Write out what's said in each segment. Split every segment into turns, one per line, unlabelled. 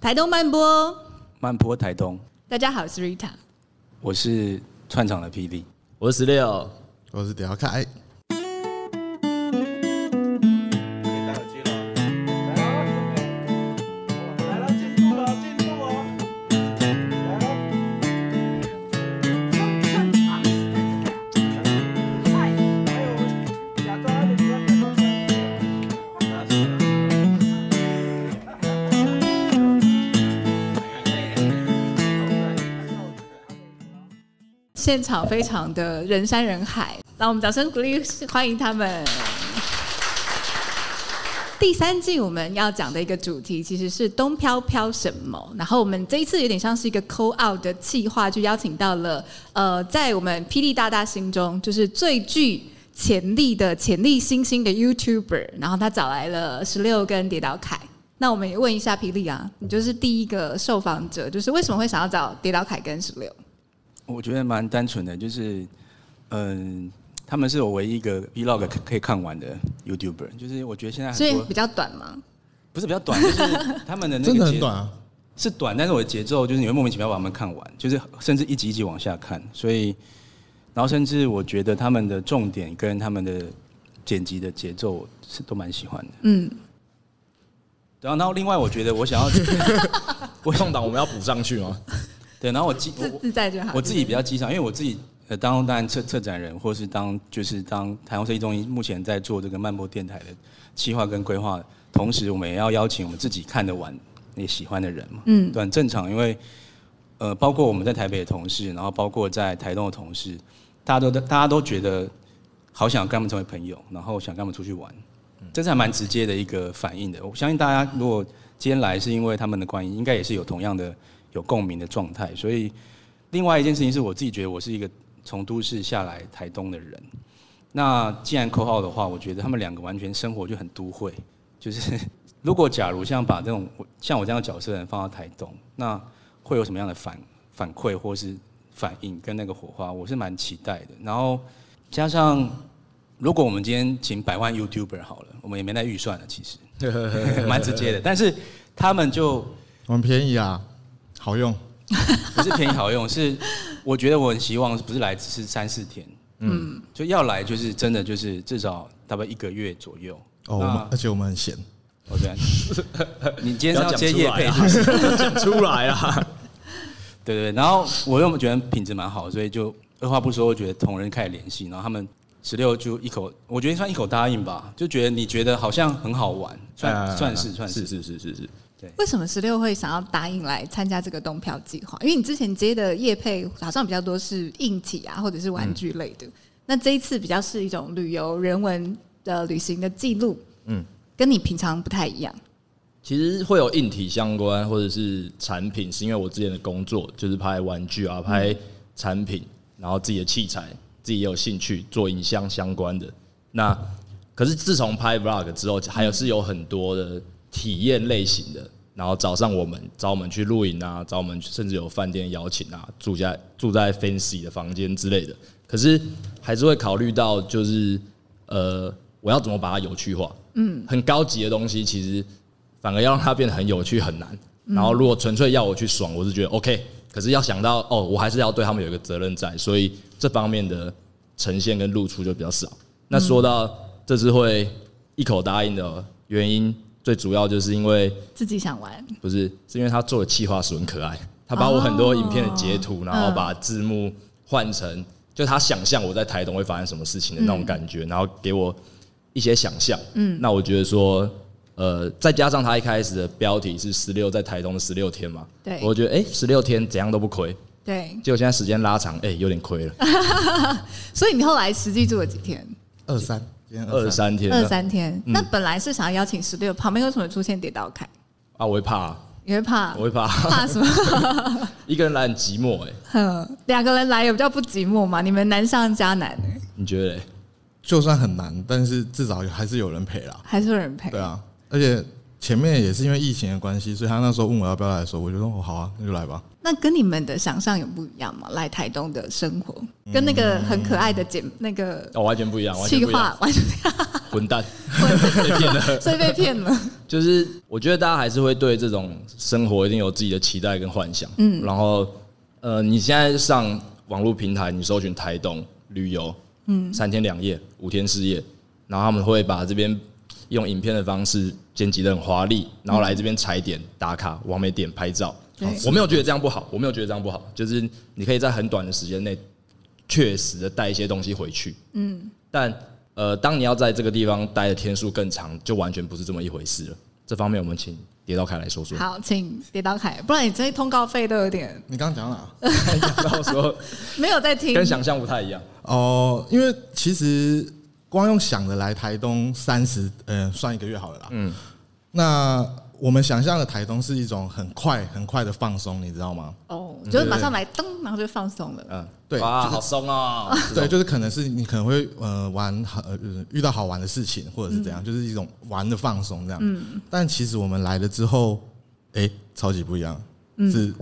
台东慢播，
慢坡台东，
大家好，我是 Rita。
我是串场的霹雳。
我是十六，
我是屌凯，
戴耳机了，来了，来了，进步了，进步哦，来了。哎呦，假装一点，假装一点。
现场非常的人山人海，让我们掌声鼓励欢迎他们。第三季我们要讲的一个主题其实是“东飘飘什么”，然后我们这一次有点像是一个 call out 的企划，就邀请到了呃，在我们霹雳大大心中就是最具潜力的潜力新星的 YouTuber，然后他找来了十六跟跌倒凯。那我们也问一下霹雳啊，你就是第一个受访者，就是为什么会想要找跌倒凯跟十六？
我觉得蛮单纯的，就是嗯，他们是我唯一一个 vlog 可可以看完的 YouTuber，就是哎我觉得现在
所
很
以
多
比较短嘛。
不是比较短，就是他们的那个
真的
节
很短啊。
是短，但是我的节奏就是你会莫名其妙把它们看完，就是甚至一集一集往下看，所以，然后甚至我觉得他们的重点跟他们的剪辑的节奏是都蛮喜欢的。
嗯，
然后，然后另外我觉得我想要，
我空档我们要补上去吗？
对，然后我记
自
我
自在就好。
我自己比较机上，因为我自己呃当当然策策展人，或是当就是当台湾设计中心目前在做这个漫播电台的企划跟规划，同时我们也要邀请我们自己看得完也喜欢的人嘛，
嗯
对，很正常，因为呃包括我们在台北的同事，然后包括在台东的同事，大家都大家都觉得好想跟他们成为朋友，然后想跟他们出去玩，这是还蛮直接的一个反应的。我相信大家如果今天来是因为他们的关系，应该也是有同样的有共鸣的状态。所以另外一件事情是我自己觉得我是一个从都市下来台东的人。那既然扣号的话，我觉得他们两个完全生活就很都会，就是如果假如像把这种像我这样的角色的人放到台东，那会有什么样的反反馈或是反应跟那个火花，我是蛮期待的。然后加上如果我们今天请百万 YouTuber 好了，我们也没那预算了，其实蛮直接的。但是他们就
很便宜啊，好用。
不是便宜好用，是我觉得我很希望不是来只是三四天，嗯，就要来就是真的就是至少大概一个月左右。
哦，我们而且我们很闲，
我这样，你 今天是
不
要
要
接
讲
夜
出来
配
啊
是不是，
讲出来啊！
对对对。然后我又觉得品质蛮好，所以就二话不说，我觉得同仁开始联系，然后他们十六就一口，我觉得算一口答应吧，就觉得你觉得好像很好玩， 算算是算
啊是
是，
是是是是，
为什么十六会想要答应来参加这个东票计划？因为你之前接的业配好像比较多是硬体啊，或者是玩具类的。
嗯
那这一次比较是一种旅游人文的旅行的记录，嗯
嗯，
跟你平常不太一样。
其实会有硬体相关或者是产品，是因为我之前的工作就是拍玩具啊，拍产品，然后自己的器材，自己也有兴趣做影像相关的。那可是自从拍 vlog 之后，还有是有很多的体验类型的，然后找上我们，找我们去露营啊，找我们甚至有饭店邀请啊，住家住在 fancy 的房间之类的。可是还是会考虑到，就是呃，我要怎么把它有趣化？嗯，很高级的东西，其实反而要让它变得很有趣很难。然后如果纯粹要我去爽，我是觉得 OK，可是要想到哦，我还是要对他们有一个责任在，所以这方面的呈现跟露出就比较少。那说到这次会一口答应的原因，最主要就是因为
自己想玩，
不是，是因为他做的企划书很可爱，他把我很多影片的截
哦
图，然后把字幕换成就他想象我在台东会发生什么事情的那种感
嗯
觉，然后给我一些想象。嗯，那我觉得说，呃，再加上他一开始的标题是十六在台东的十六天嘛，
对
我觉得哎，十、六天怎样都不亏，
对。
结果现在时间拉长，哎、有 点亏了，
所以你后来实际住了几天？
二三，今天
二
二
十
三，
三天
二
了
三天。
嗯
那本来是想要邀请十六，旁边为什么出现跌倒凯？
啊，我会怕、
你会怕
我会怕，
怕什么？
一个人来很寂寞哎、
哼两个人来也比较不寂寞嘛。你们难上加难、欸，
你觉得嘞？
就算很难，但是至少还是有人陪啦。
还是有人陪。
对啊，而且前面也是因为疫情的关系，所以他那时候问我要不要来的时候，我就说哦好啊，那就来吧。
那跟你们的想象有不一样吗？来台东的生活，跟那个很可爱的姐那个
哦，完全不一样，嗯完全
气
不一样
话，完全
混蛋！
被骗了，所以被骗了。
就是我觉得大家还是会对这种生活一定有自己的期待跟幻想。嗯，然后呃，你现在上网络平台，你搜寻台东旅游，嗯，三天两夜、五天四夜，然后他们会把这边用影片的方式剪辑的很华丽，然后来这边踩点打卡、完美点拍照
对。
我没有觉得这样不好，我没有觉得这样不好，就是你可以在很短的时间内确实的带一些东西回去。嗯，但呃，当你要在这个地方待的天数更长，就完全不是这么一回事了。这方面，我们请跌倒凯来说说。
好，请跌倒凯，不然你这些通告费都有点
你刚刚讲哪？
到时候
没有在听。
跟想象不太一样。
哦，因为其实光用想的来台东三十，嗯，算一个月好了啦。
嗯，
那我们想象的台东是一种很快很快的放松，你知道吗？
哦，就是马上来噔，然后就放松了。
嗯，
对
哇，
就是
好松哦。
对，就是可能是你可能会呃玩好呃遇到好玩的事情，或者是怎
嗯
样，就是一种玩的放松这样。但其实我们来了之后，哎、超级不一样，
嗯
是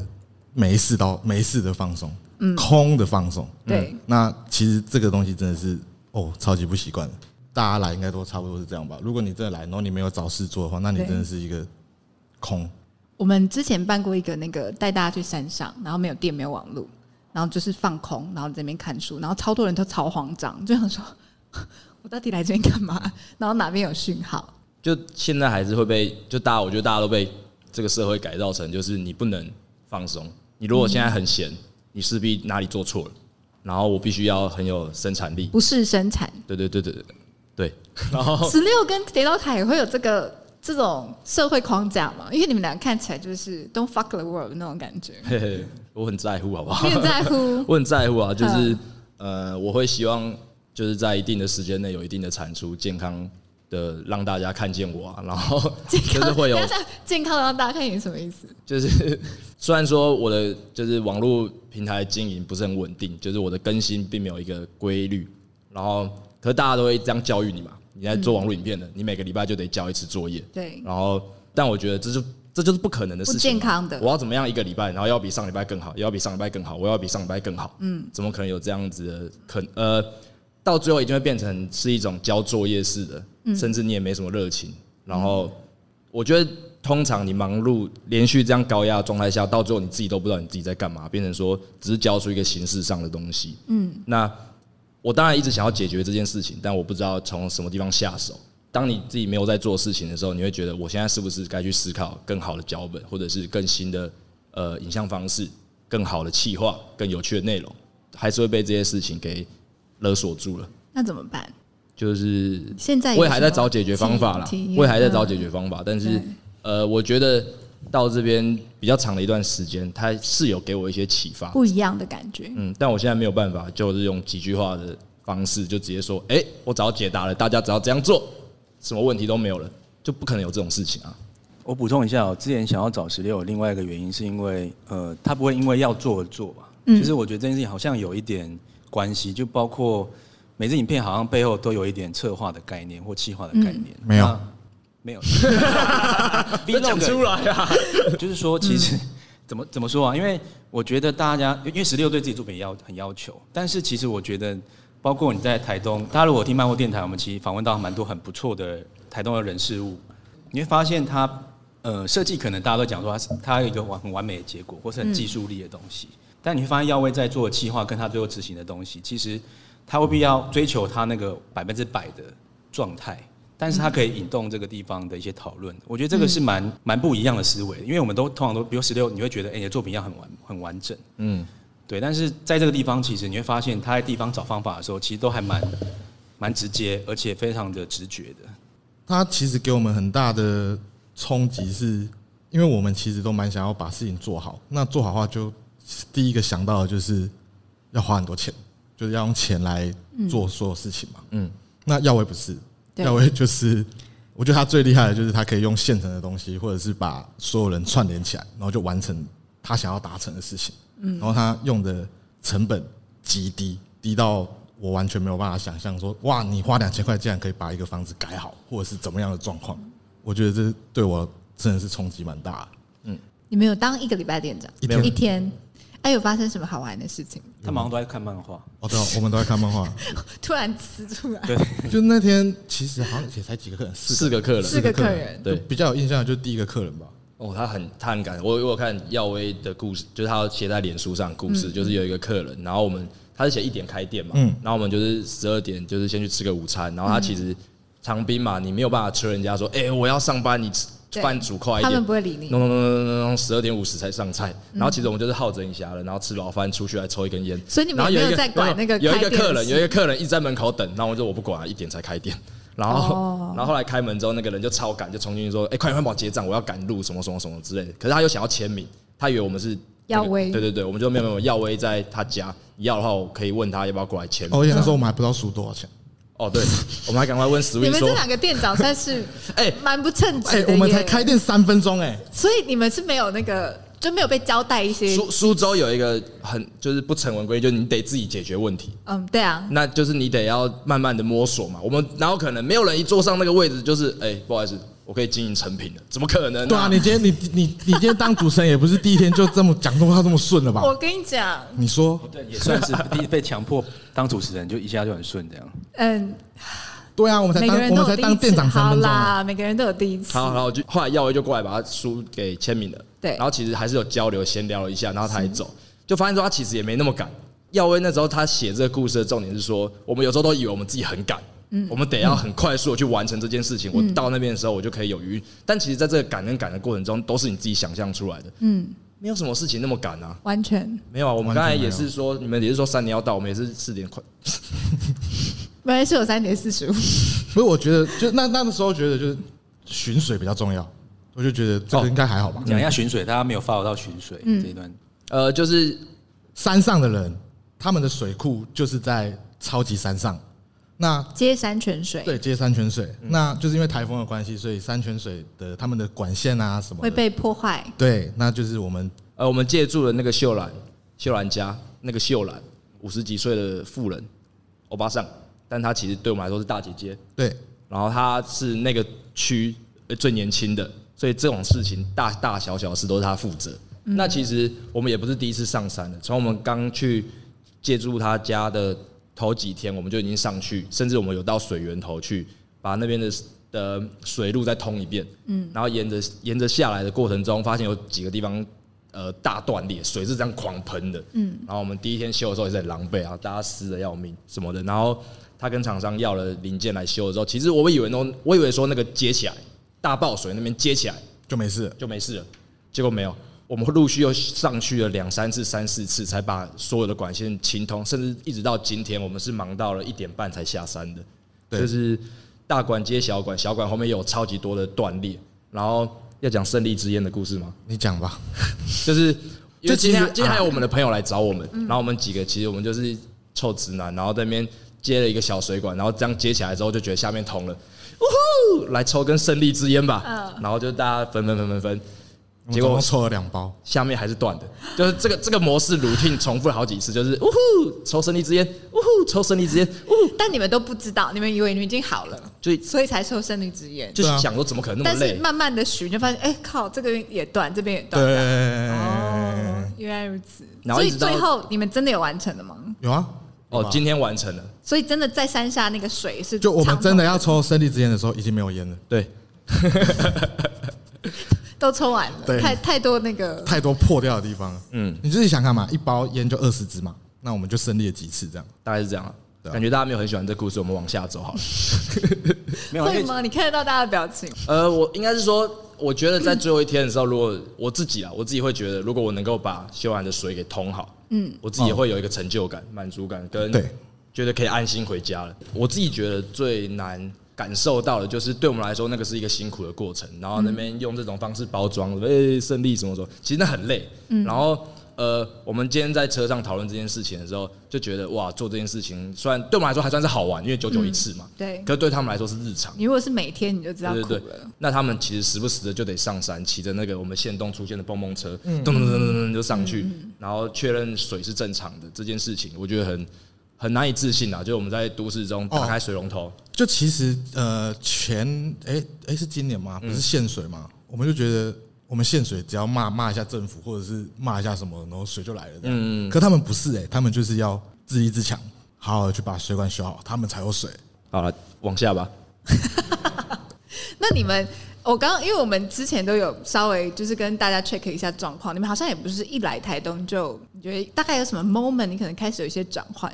没事到没事的放松，空的放松。嗯
对，
那其实这个东西真的是哦，超级不习惯的。大家来应该都差不多是这样吧？如果你真的来，然后你没有找事做的话，那你
对
真的是一个空。
我们之前办过一个那个带大家去山上，然后没有电，没有网络，然后就是放空，然后在那边看书，然后超多人都超慌张，就想说 我到底来这边干嘛？然后哪边有讯号？
就现在还是会被，就大家，我觉得大家都被这个社会改造成，就是你不能放松。你如果现在很闲，你势必哪里做错了，然后我必须要很有生产力。
不是生产，
对对对对对对。然后，
十六跟跌倒凯也会有这个这种社会框架嘛？因为你们俩看起来就是 don't fuck the world 那种感觉
嘿嘿，我很在乎，好不 好？
没有在乎。
我很在乎啊，就是呃，我会希望就是在一定的时间内有一定的产出，健康的让大家看见我啊，然后就是会有
等一下健康的让大家看你什么意思？
就是虽然说我的就是网络平台经营不是很稳定，就是我的更新并没有一个规律，然后可是大家都会这样教育你嘛，你在做网络影片的，你每个礼拜就得交一次作业，
对，
然后但我觉得这就这就是不可能的事情嘛，
不健康的
我要怎么样一个礼拜，然后要比上礼拜更好，也要比上礼拜更好，我要比上礼拜更好，嗯，怎么可能有这样子的可呃，到最后一定会变成是一种交作业式的，
嗯
甚至你也没什么热情。然后我觉得通常你忙碌连续这样高压的状态下，到最后你自己都不知道你自己在干嘛，变成说只是交出一个形式上的东西，嗯，那。我当然一直想要解决这件事情，但我不知道从什么地方下手。当你自己没有在做事情的时候，你会觉得我现在是不是该去思考更好的脚本，或者是更新的呃影像方式、更好的企划、更有趣的内容，还是会被这些事情给勒索住了。
那怎么办？
就是
现在有
我也还在
什么嗯
找解决方法啦
提提，
我也还在找解决方法，但是
对
呃，我觉得到这边比较长的一段时间，它是有给我一些启发，
不一样的感觉。
嗯，但我现在没有办法，就是用几句话的方式就直接说，哎、我找到解答了，大家只要这样做，什么问题都没有了，就不可能有这种事情啊。
我补充一下哦，之前想要找十六，另外一个原因是因为，呃，他不会因为要做而做吧？其实我觉得这件事情好像有一点关系，就包括每支影片好像背后都有一点策划的概念或企划的概念。
没有
那，没 有。
别讲出来啊！嗯
就是说，其实、怎么怎么说啊？因为我觉得大家，因为十六对自己作品也要很要求，但是其实我觉得，包括你在台东，大家如果听漫步电台，我们其实访问到蛮多很不错的台东的人事物，你会发现他呃设计可能大家都讲说它是它有一个完很完美的结果，或是很技术力的东西，但你会发现耀威在做的计划跟他最后执行的东西，其实他未必要追求他那个百分之百的状态，但是它可以引动这个地方的一些讨论。我觉得这个是蛮蛮不一样的思维的，因为我们都通常都，比如十六，你会觉得，哎、你的作品要很完很完整，嗯，对。但是在这个地方，其实你会发现，他在地方找方法的时候，其实都还蛮蛮直接，而且非常的直觉的。
它其实给我们很大的冲击，是因为我们其实都蛮想要把事情做好。那做好的话，就第一个想到的就是要花很多钱，就是要用钱来做所有事情嘛。嗯，那耀威不是，
对
耀威就是我觉得他最厉害的就是他可以用现成的东西，或者是把所有人串联起来，然后就完成他想要达成的事情。嗯，然后他用的成本极低，低到我完全没有办法想象说，哇，你花两千块竟然可以把一个房子改好，或者是怎么样的状况。我我觉得这对我真的是冲击蛮大的。
你们有当一个礼拜店长
一天
一天，哎、有发生什么好玩的事情？
他们好像都在看漫画，
哦，对哦，我们都在看漫 画，
突然呲出来，
就那天其实好像也才几个客人，四
四个客人，
四个客人，
对
就比较有印象的就是第一个客人吧。
哦，他很他很感，我我有看耀威的故事，就是他写在脸书上的故
嗯
事，就是有一个客人，然后我们他是写一点开店嘛，
嗯
然后我们就是十二点就是先去吃个午餐，然后他其
嗯
实长滨嘛，你没有办法催人家说，哎、我要上班，你吃
对
饭煮快一
他
点
们，不会理你嗯
弄。弄弄弄弄弄，十二点五十才上菜，然后其实我们就是好整以暇了，然后吃饱饭出去来抽一根烟，
所以你们
然后
也没
有
有
一个
在管那个
有一
开店
个
的
客人，
事
有一个客人一直在门口等，然后我就我不管了，啊一点才开店。然后，
哦
然后后来开门之后，那个人就超赶，就冲进去说：“哎、快点快点帮我结账，我要赶路，什么什么什么之类的。”可是他又想要签名，他以为我们是那
耀
个
威
对对对，我们就没有没有耀威在他家，要的话我可以问他要不要过来签名。
哦，而且
嗯
那时候我们还不知道输多少钱。
哦，对，我们还赶快 问
你
Sweet
们
说
这两个店长算是
哎
蛮不称职
哎，
的、
我们才开，店三分 钟，哎，
所以你们是没有那个就没有被交代一些，
苏苏州有一个很就是不成文规，就是你得自己解决问 题。
嗯，对啊，
那就是你得要慢慢的摸索嘛。我们然后可能没有人一坐上那个位置，就是哎、不好意思，我可以经营成品的，怎么可能、
对啊，你今天你你你今天当主持人也不是第一天就这么讲这么话这么顺了吧？
我跟你讲，
你说
对，也算是第一被强迫当主持人，就一下就很顺这样。
嗯，
对啊，我们才
每个
当
人
我
都
们
有
才
第一
当店
次，
长三
好
分钟啊，
啦，每个人都有第一次，
好，然后就后来耀威就过来把他书给签名了。
对
然后其实还是有交流，闲聊了一下，然后他还走，就发现说他其实也没那么赶。耀威那时候他写这个故事的重点是说，我们有时候都以为我们自己很赶，
嗯
我们得要很快速的去完成这件事情。我到那边的时候，我就可以有余。但其实在这个赶跟赶的过程中，都是你自己想象出来的，
嗯，
没有什么事情那么赶啊。
完全
没有啊，我们
完全
刚才
没
也
有
是说，你们也是说三点要到，我们也是四点快。
本来是有三点四十五，
不是，我觉得就那那个时候觉得就是巡水比较重要，我就觉得这个应该还好吧。
讲一下巡水，大家没有 follow 到巡水这一段，
呃，就是
山上的人，他们的水库就是在超级山上，那
接山泉水
对接山泉水，
嗯
那就是因为台风的关系，所以山泉水的他们的管线啊什么
会
的，
被破坏，
对，那就是我们
呃，我们借助了那个秀兰，秀兰家那个秀兰，五十几岁的妇人，欧巴桑，但她其实对我们来说是大姐姐，
对
然后她是那个区呃最年轻的，所以这种事情大大小小的事都是她负责。那其实我们也不是第一次上山了，从我们刚去借助她家的头几天，我们就已经上去，甚至我们有到水源头去把那边的。的水路再通一遍，嗯，然后沿着沿着下来的过程中，发现有几个地方呃大断裂，水是这样狂喷的。嗯，然后我们第一天修的时候也是很狼狈啊，大家湿的要命什么的。然后他跟厂商要了零件来修的时候，其实我们以为弄，我以为说那个接起来大爆水那边接起来
就没事了。
就没事了，结果没有。我们陆续又上去了两三次、三四次，才把所有的管线清通，甚至一直到今天，我们是忙到了一点半才下山的。
对
就是大管接小管，小管后面有超级多的断裂。然后要讲胜利之烟的故事吗？
你讲吧，
就是因
就
为
其
今
实啊
天今天还有我们的朋友来找我们，
嗯
然后我们几个其实我们就是臭直男，然后在那边接了一个小水管，然后这样接起来之后就觉得下面通了，呜呼，来抽根胜利之烟吧，
嗯
然后就大家分分分分分，结
结果
果
我抽了两包，
下面还是断的，就是这个这个模式 routine 重复了好几次，就是呜呼抽胜利之烟，呜呼抽胜利之烟，呜呼
嗯但你们都不知道，你们以为你们已经好了，
就
所以才受生离之眼。
啊
就是想说怎么可能那
但
么
是
累，
慢慢的许，就发现，哎、靠，这个也断，这边也断。
对，
哦，原来如此。
然后
所以
一直到
最后你们真的有完成了吗？
有啊，
哦，今天完成了，
所以真的在山下那个水是
就我
畅
们
通
真的要抽生力之烟的时候，已经没有烟了，
对，
都抽完了，
对
太太多那个
太多破掉的地方了。嗯，你自己想看嘛，一包烟就二十支嘛，那我们就胜利了几次这样。
大概是这样了。
对啊
感觉大家没有很喜欢这故事，我们往下走好了。
没有因
会
为
吗？你看得到大家的表情，
呃，我应该是说，我觉得在最后一天的时候，如果我自己啊，我自己会觉得，如果我能够把修完的水给通好，嗯，我自己也会有一个成就感、满足感，跟
对
觉得可以安心回家了。我自己觉得最难感受到的就是，对我们来说，那个是一个辛苦的过程，然后那边用这种方式包装，哎、胜利什么什么，其实那很累。然后呃，我们今天在车上讨论这件事情的时候，就觉得哇，做这件事情虽然对我们来说还算是好玩，因为九九一次嘛，
对
可是对他们来说是日常。
你如果是每天你就知道
对
苦
对对
了。，
那他们其实时不时的就得上山，骑着那个我们县东出现的蹦蹦车，
嗯
咚咚咚咚咚就上去，然后确认水是正常的这件事情，我觉得很很难以置信啊，就是我们在都市中打开水龙
哦
头，
就其实呃，前哎哎、诶是今年吗？不是限水吗？我们就觉得我们限水只要骂骂一下政府，或者是骂一下什么，然后水就来了这样。可他们不是哎、他们就是要自立自强，好好的去把水管修好，他们才有水。
好了，往下吧。
那你们，我刚刚因为我们之前都有稍微就是跟大家 check 一下状况，你们好像也不是一来台东就，你觉得大概有什么 moment 你可能开始有一些转换？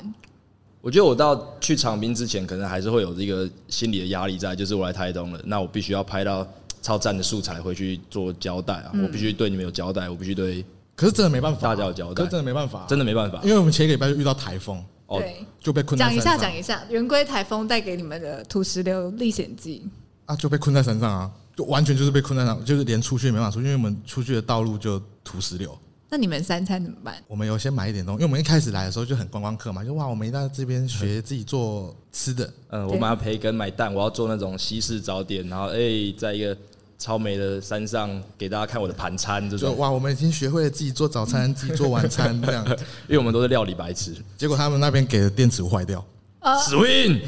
我觉得我到去长滨之前，可能还是会有这个心理的压力在，就是我来台东了，那我必须要拍到超赞的素材回去做交代啊，
嗯
我必须对你们有交代，我必须对
可是真的没办法、
大家有交代
可是真的没办法、
真的没办法
因为我们前一个礼拜就遇到台风，
哦。
对，
就被困在
讲一
山
下，
上。
讲一下圆规台风带给你们的土石流历险记。
啊，就被困在山上啊，就完全就是被困在山上，就是连出去也没办法出去，因为我们出去的道路就土石流。
那你们三餐怎么办？
我们有先买一点东西，因为我们一开始来的时候就很观光客嘛，就哇，我们一定要在这边学自己做吃的，
嗯，我买培根，买蛋，我要做那种西式早点，然后哎、在一个超美的山上给大家看我的盘餐这
就
种，
哇，我们已经学会了自己做早餐、自己做晚餐 这样。
因为我们都是料理白痴。
结果他们那边给的电池坏掉，
呃
Swing，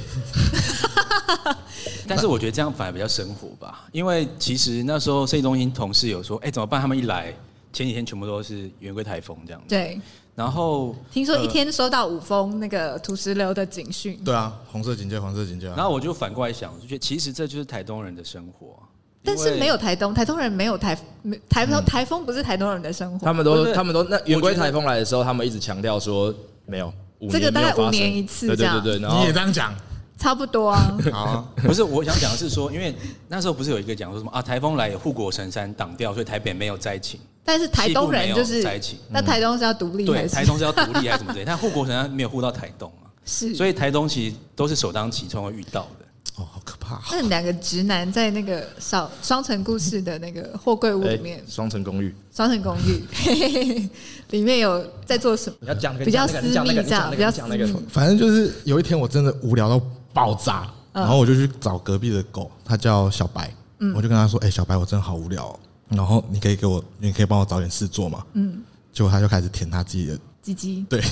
但是我觉得这样反而比较生活吧，因为其实那时候设计中心同事有说，哎、怎么办？他们一来，前几天全部都是圆规台风这样子。
对，
然后
听说一
呃
天收到五封那个土石流的警讯，
对啊，红色警戒，黄色警戒、啊。
然后我就反过来想，我就觉得其实这就是台东人的生活，
但是
因为
没有台东，台东人没有台没台
嗯
风台风不是台东人的生活
他，们
不
都
是
他们都那圆规
我觉得
台风来的时候，他们一直强调说没有，五
这个
年没
大
有
概
发
五年
生
一次
对
这
对
样
对对，然
你
后
也这 样讲，
差不多啊。
好、啊，
不是，我想讲的是说，因为那时候不是有一个讲说什么啊，台风来护国神山挡掉，所以台北没有灾情。
但是台东人就是
西部没有在一起，嗯
那台东是要独立还
对，
是
台东是要独立还是什么之类的，但护国神山没有护到台东啊，
是？
所以台东其实都是首当其冲会遇到的。
哦，好可怕、
那两个直男在那个少双城故事的那个货柜屋里面
哎，双层公寓，
双层公寓 嘿嘿嘿里面有在做什么？
你要讲
比较私密这样，比较私密。
反正就是有一天我真的无聊到爆炸，
嗯
然后我就去找隔壁的狗，它叫小白，我就跟他说：“哎、小白，我真的好无聊、哦，然后你可以给我，你可以帮我找点事做嘛。”嗯，结果他就开始舔他自己的，
鸡鸡。
对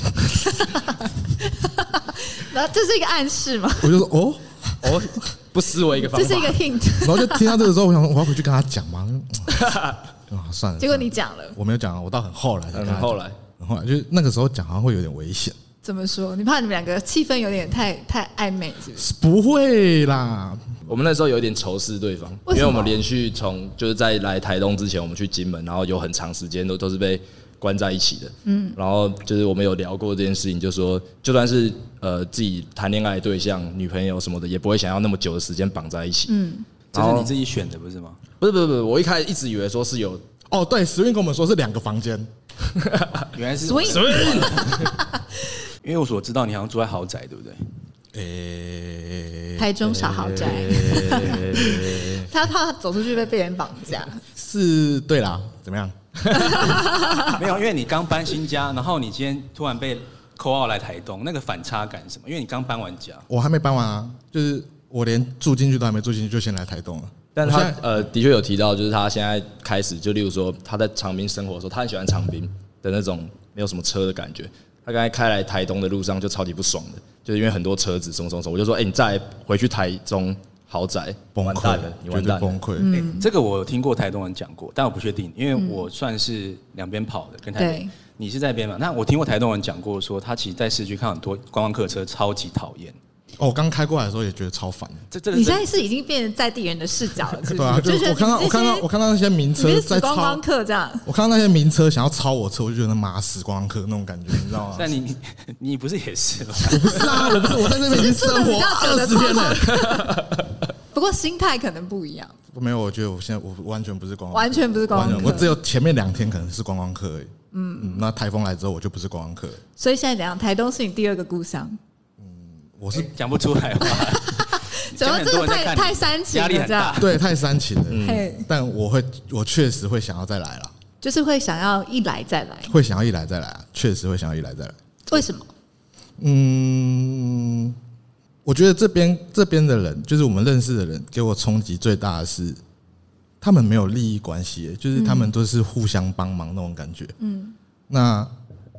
然后这是一个暗示 嘛？
我就说：“哦。”
哦，不失为一个方
这
法。
是一个 hint。
然后就听到这个时候，我想说我要回去跟他讲嘛， 嗯啊，算了。
结果
算了
你讲了，
我没有讲啊，我到很后来才跟他
很
讲
后来，
很后来就是那个时候讲好像会有点危险，
怎么说？你怕你们两个气氛有点太太暧昧，是不是？
不会啦，
我们那时候有一点仇视对方，
为什么
因为我们连续从就是在来台东之前，我们去金门，然后有很长时间都都是被关在一起的。嗯，然后就是我们有聊过这件事情，就说就算是呃自己谈恋爱的对象、女朋友什么的，也不会想要那么久的时间绑在一起。嗯，
这是你自己选的不是吗？
不是不是不是，我一开始一直以为说是有
哦，对，石运跟我们说是两个房间，
原来是
所以
因为我所知道你好像住在豪宅，对不对？
诶、
台中小豪宅，他怕走出去被被人绑 架。
是，对啦，怎么样？
啊
没有，因为你刚搬新家，然后你今天突然被扣奥来台东，那个反差感是什么？因为你刚搬完家，
我还没搬完啊，就是我连住进去都还没住进去，就先来台东了。
但
我
他
现在
呃，的确有提到，就是他现在开始，就例如说他在长滨生活的时候，他很喜欢长滨的那种没有什么车的感觉。他刚才开来台东的路上就超级不爽的，就是因为很多车子什么什么什么，我就说，哎、你再回去台中豪宅，
崩
完
溃
蛋了，你
绝
完
对
蛋了。
崩
嗯
溃。
欸这个我有听过台东人讲过，但我不确定，因为我算是两边跑的，跟台北
对。
你是在边嘛？那我听过台东人讲过说他其实在市区看很多观光客车，超级讨厌。
哦，我刚开过来的时候也觉得超烦。
这这个
你现在是已经变成在地人的视角了，嗯是不是？
对啊，就
觉
是
得
我看到
你这
我
些
看到我看到那些名
你
车
是
在
死光
超
光，客这样。
我看到那些名车想要超我车，我就觉得妈死光客那种感觉，你知道 吗？
但你你你不是也是吗？
不是啊，我不 是我在这边已经生活二十天了。
不过心态可能不一样，
没有，我觉得我现在我完全不是观光客，
完全不是观光客
完全我只有前面两天可能是观光客而已。嗯那台风来之后我就不是观光客了，
所以现在怎样？台东是你第二个故乡，
我是
讲不出来话。
怎么这个
前面很多人在
太
看你
太煽情
压力
了？
很
这样
大，
对太煽情了，
嘿，
但我会我确实会想要再来了，
就是会想要一来再来。
会想要一来再来啊，确实会想要一来再来。
为什么？
嗯，我觉得这边这边的人，就是我们认识的人，给我冲击最大的是，他们没有利益关系，就是他们都是互相帮忙那种感觉。嗯，那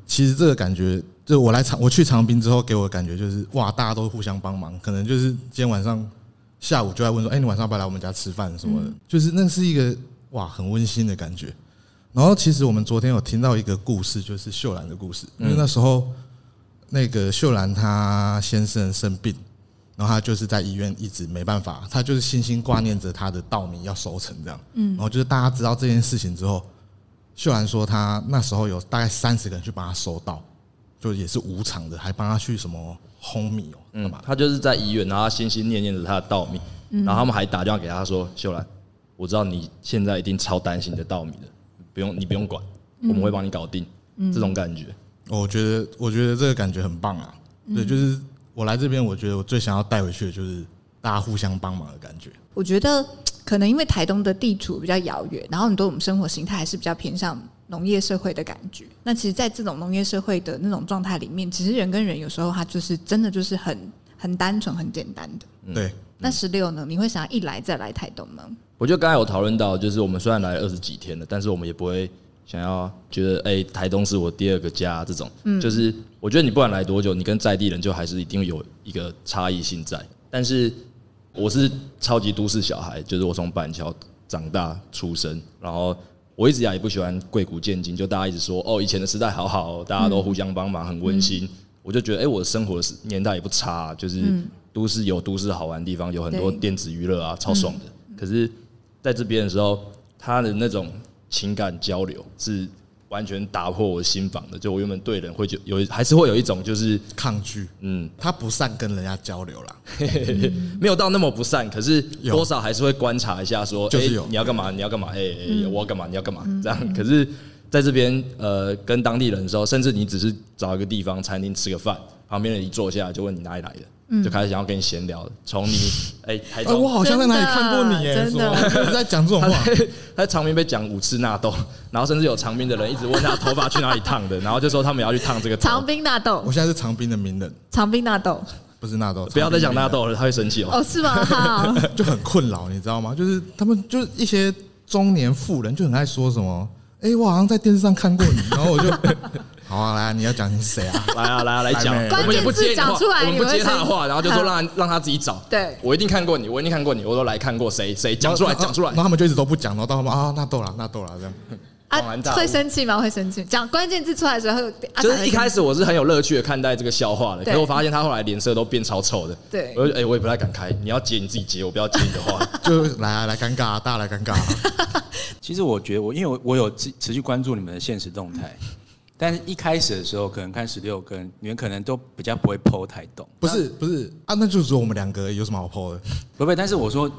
其实这个感觉就我来长我去长滨之后，给我的感觉就是哇，大家都互相帮忙，可能就是今天晚上下午就在问说，哎、你晚上要不要来我们家吃饭什么的，就是那是一个哇很温馨的感觉。然后其实我们昨天有听到一个故事，就是秀兰的故事，因为那时候那个秀兰她先生生病，然后她就是在医院一直没办法，她就是心心挂念着她的稻米要收成这样，嗯，然后就是大家知道这件事情之后，秀兰说她那时候有大概三十个人去帮她收稻，就也是无偿的，还帮她去什么烘米哦，干
嗯
嘛，？
他就是在医院，然后他心心念念着他的稻米，然后他们还打电话给他说：“秀兰，我知道你现在一定超担心你的稻米的，不用你不用管，我们会帮你搞定。”这种感觉，
哦我觉得我觉得这个感觉很棒啊，对，
嗯
就是我来这边，我觉得我最想要带回去的就是大家互相帮忙的感觉。
我觉得可能因为台东的地处比较遥远，然后很多我们生活形态还是比较偏向农业社会的感觉。那其实，在这种农业社会的那种状态里面，其实人跟人有时候他就是真的就是很很单纯、很简单的。
嗯
对，
那十六呢？你会想要一来再来台东吗？
我觉得刚才有讨论到，就是我们虽然来了二十几天了，但是我们也不会想要觉得，哎、台东是我第二个家这种。就是我觉得你不管来多久，你跟在地人就还是一定有一个差异性在。但是我是超级都市小孩，就是我从板桥长大出生，然后我一直以来也不喜欢贵古见今，就大家一直说哦，以前的时代好好哦，大家都互相帮忙，很温馨。我就觉得，哎、我的生活的年代也不差啊、就是都市有都市好玩的地方，有很多
对
电子娱乐啊，超爽的。可是在这边的时候，他的那种情感交流是完全打破我心房的。就我原本对人会就有，还是会有一种就是
抗拒，
嗯，
他不善跟人家交流啦。
没有到那么不善，可是
有
多少还是会观察一下说，
就是
诶
有
你要干嘛？你要干嘛？哎、哎我要干嘛？你要干嘛？这样。可是在这边呃，跟当地人的时候，甚至你只是找一个地方餐厅吃个饭，旁边人一坐下来就问你哪里来的，就开始想要跟你闲聊，从你哎、台
哎，
中
我好像在哪里看过你耶、
真的真的
什么一直在讲这种话
他。 他在长滨被讲五次纳豆，然后甚至有长滨的人一直问他头发去哪里烫 的，然后就说他们也要去烫这个头
长冰纳豆
我，现在是长滨的名人，
长冰纳豆，
不是纳豆。
不要再讲纳
长
豆了，他会生气哦。
哦，是吗？好，
滨的名人，就很困扰，你知道吗？就是他们就是一些中年妇人就很爱说什么，哎、我好像在电视上看过你，然后我就， 好啊，来啊，你要讲你是谁啊？
来啊来啊来讲，
来妹
我们也不接
关键字
你的
讲出
话，
来
我们不接他的
你会
话，
生
然后就说让他让他自己找。
对
我一定看过你，我一定看过你，我都来看过谁谁讲出来
然后
讲出来
然后。他们就一直都不讲，然后到他们啊，纳豆啦，纳豆啦，这样。
恍然
啊
大，悟
会生气吗？会生气。讲关键字出来的时候，啊
就是一开始我是很有乐趣的看待这个笑话的，可
对
是我发现他后来脸色都变超臭的。
对
我就哎、我也不太敢开，你要接你自己接，我不要接你的话。
就来啊，来尴尬、啊，大家来尴尬、 啊。
其实我觉得我因为我我有持持续关注你们的现实动态，但是一开始的时候可能看十六跟你们可能都比较不会剖太懂，
不是不是啊，那就只有我们两个而已，有什么好剖的？
啊
不不，但是我说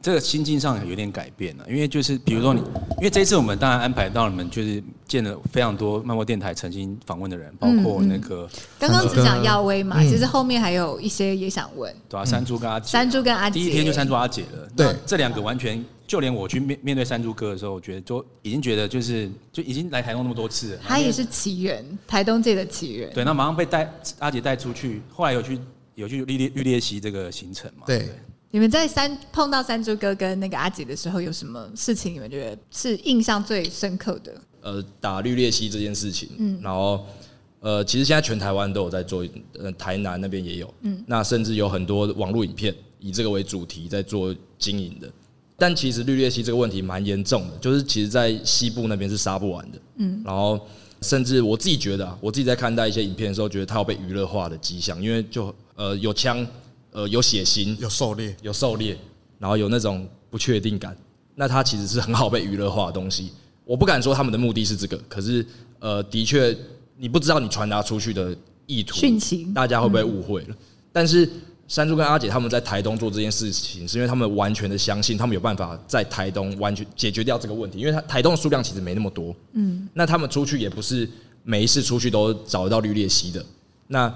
这个心境上有点改变了，因为就是比如说你，因为这一次我们当然安排到你们就是见了非常多漫播电台曾经访问的人，
嗯
包括那个、
刚刚只讲耀威嘛，
嗯
其实后面还有一些也想问。
对啊，山猪跟阿姐，
山猪跟阿姐
第一天就山猪阿姐了，
对
那这两个完全就连我去面面对山猪哥的时候，我觉得就已经觉得就是就已经来台东那么多次了，
他也是奇缘，台东界的奇缘。
对，那马上被带阿姐带出去，后来有去有去绿列绿列习这个行程嘛？
对
不
你们在三碰到山猪哥跟那个阿姐的时候，有什么事情你们觉得是印象最深刻的？
呃打绿鬣蜥这件事情，然后呃，其实现在全台湾都有在做，呃，台南那边也有，嗯，那甚至有很多网络影片以这个为主题在做经营的。但其实绿鬣蜥这个问题蛮严重的，就是其实在西部那边是杀不完的，嗯，然后甚至我自己觉得、啊，我自己在看待一些影片的时候，觉得它有被娱乐化的迹象，因为就呃有枪，呃有血腥，
有狩猎，
有狩猎，然后有那种不确定感，那它其实是很好被娱乐化的东西。我不敢说他们的目的是这个，可是呃，的确你不知道你传达出去的意图
讯息嗯
大家会不会误会了？但是山猪跟阿姐他们在台东做这件事情，是因为他们完全的相信他们有办法在台东完全解决掉这个问题，因为他台东的数量其实没那么多，嗯，那他们出去也不是每一次出去都找得到绿鬣蜥的，那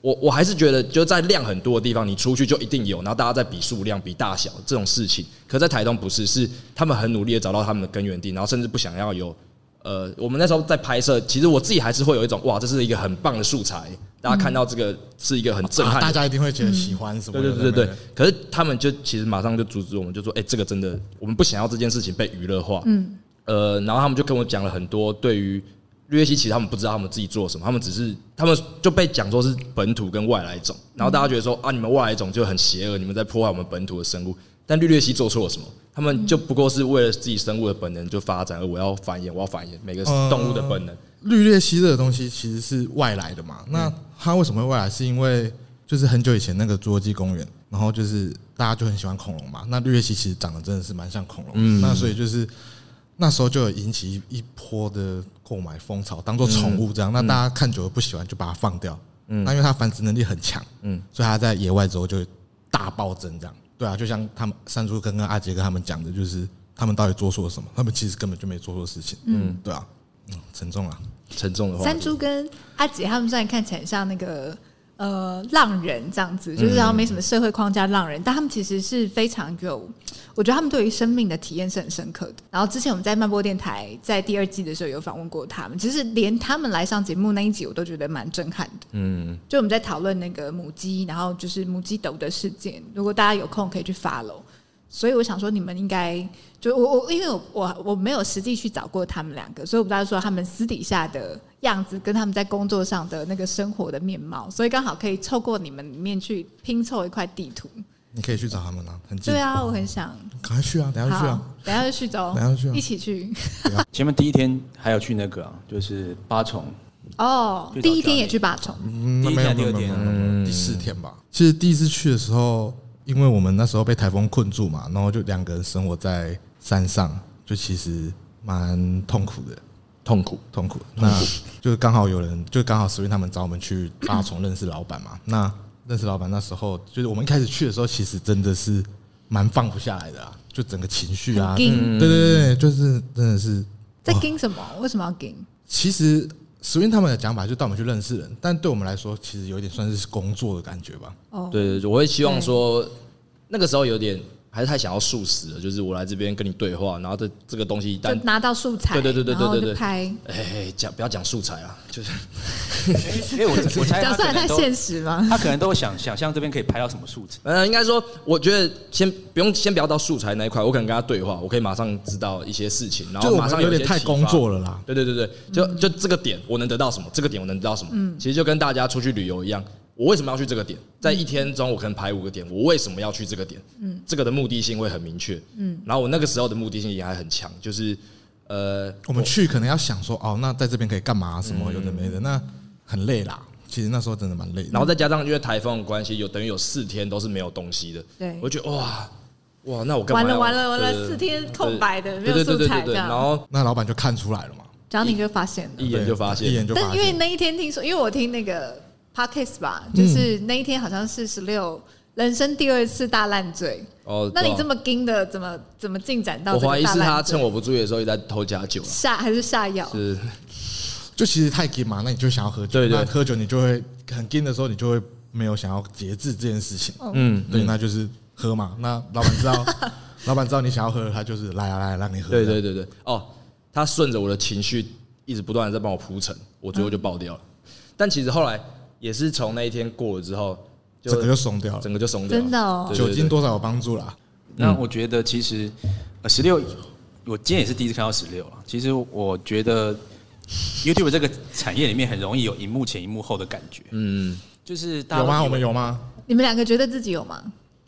我我还是觉得，就在量很多的地方，你出去就一定有，然后大家在比数量、比大小这种事情。可在台东不是，是他们很努力的找到他们的根源地，然后甚至不想要有。呃，我们那时候在拍摄，其实我自己还是会有一种哇，这是一个很棒的素材，大家看到这个是一个很震撼的
啊大家一定会觉得喜欢什么
对
的？
对对对对
不。
可是他们就其实马上就阻止我们，就说：“哎、这个真的，我们不想要这件事情被娱乐化。”嗯，呃，然后他们就跟我讲了很多对于绿叶溪其实他们不知道他们自己做什么，他们只是他们就被讲说是本土跟外来种，然后大家觉得说啊，你们外来种就很邪恶，你们在破坏我们本土的生物。但绿鬣蜥做错了什么？他们就不过是为了自己生物的本能就发展，而我要繁衍，我要繁衍每个动物的本能。
绿鬣蜥这个东西其实是外来的
嗯
嘛，那它为什么会外来？是因为就是很久以前那个侏罗纪公园，然后就是大家就很喜欢恐龙嘛，那绿鬣蜥其实长得真的是蛮像恐龙，
嗯
那所以就是那时候就有引起一波的购买风潮，当做宠物
嗯
这样，那大家看久了不喜欢就把它放掉，那因为它繁殖能力很强，
嗯
所以它在野外之后就大暴增这样。对啊，就像他们山猪哥跟阿杰哥他们讲的，就是他们到底做错了什么？他们其实根本就没做错事情，嗯，对啊，嗯，沉重啊。
沉重的话，
三猪跟阿杰他们虽然看起来很像那个呃浪人这样子，就是然后没什么社会框架浪
嗯
人，但他们其实是非常有，我觉得他们对于生命的体验是很深刻的。然后之前我们在漫播电台在第二季的时候有访问过他们，其实连他们来上节目那一集我都觉得蛮震撼的。嗯，就我们在讨论那个母鸡，然后就是母鸡斗的事件，如果大家有空可以去 follow。所以我想说，你们应该就我我，因为我我我没有实际去找过他们两个，所以我不知道说他们私底下的样子跟他们在工作上的那个生活的面貌，所以刚好可以透过你们里面去拼凑一块地图。
你可以去找他们啊，很近。
对，啊，我很想。
赶快去啊，等一下就去
好
啊。，
等一下就去走，
等一下就去啊
一起去。
前面第一天还有去那个、啊，就是八重，
哦，
去找
第一天也去八重，
嗯，
第一
没有
天
没有
第二
没有
天
没有，第四天吧。其实第一次去的时候，因为我们那时候被台风困住嘛，然后就两个人生活在山上，就其实蛮痛苦的，
痛苦。
痛苦。那 就是刚好有人，就刚好随便他们找我们去八重认识老板嘛。那认识老板那时候，就是我们一开始去的时候，其实真的是蛮放不下来的啊，就整个情绪
很
啊，对
硬。
对对，对就是真的是
在
哦
盯什么？为什么要盯？
其实史云他们的讲法就带我们去认识人，但对我们来说，其实有一点算是工作的感觉吧。
哦，
对对对，我会希望说，那个时候有点还是太想要素食了，就是我来这边跟你对话，然后这这个东西
就
单，
拿到素材，
对对对对对
然后
对
就
对
拍。
哎，讲不要讲素材啊，就是
因 为我我
哎
猜
讲
他
出来太
可能都
现实吗？
他可能都想想象这边可以拍到什么数字。
呃，应该说，我觉得先不用先不要到素材那一块，我可能跟他对话，我可以马上知道一些事情，然
就
后
我
马
们
上
有
一
点
些
太
启发
工作了啦。嗯
对对对对，就就这个点我能得到什么，这个点我能得到什么。其实就跟大家出去旅游一样，我为什么要去这个点？
嗯
在一天中我可能排五个点，我为什么要去这个点？嗯，这个的目的性会很明确。嗯，然后我那个时候的目的性也还很强，就是呃，
我们去可能要想说，哦，那在这边可以干嘛？什
嗯
么有的没的，那很累啦。其实那时候真的蛮累的。
然后再加上因为台风的关系，有等于有四天都是没有东西的。
对
我就觉得哇哇，那我干嘛
完
要？
了完了完
对
了，四。天空白的，没
对
有
对
素
对对
材
对
这
对，
样。
然后
那老板就看出来了嘛，
然后你就发现了。
一眼
对
就发现，
一眼就
但
发
因为
现。
那一天听说，因为我听那个 podcast 吧，就是
嗯
那一天好像是十六人生第二次大烂醉。
哦
那
对
你
啊
这么盯的，怎么怎么进展到
我
这
怀
个
疑
大
是他
烂
趁
醉？
我不注意的时候一直在偷加酒啊，
下还是下药？
是
就其实太紧嘛，那你就想要喝酒，
对对
那喝酒你就会很紧的时候，你就会没有想要节制这件事情。
哦
嗯，
对，那就是喝嘛。那老板 知道，老板知道你想要喝，他就是来啊来啊，让你喝。
对对对对，哦，他顺着我的情绪一直不断的在帮我铺陈，我最后就
嗯
爆掉了。但其实后来也是从那一天过了之后，就
整个就松掉了。
整个就松掉了，
真的哦
对。
酒精多少有帮助啦。
嗯
那我觉得其实呃十六，我今天也是第一次看到十六了。其实我觉得 YouTube 这个产业里面很容易有荧幕前、荧幕后的感觉。
嗯，
就是大家
有吗？
都以为
我们，有吗？
你们两个觉得自己有吗？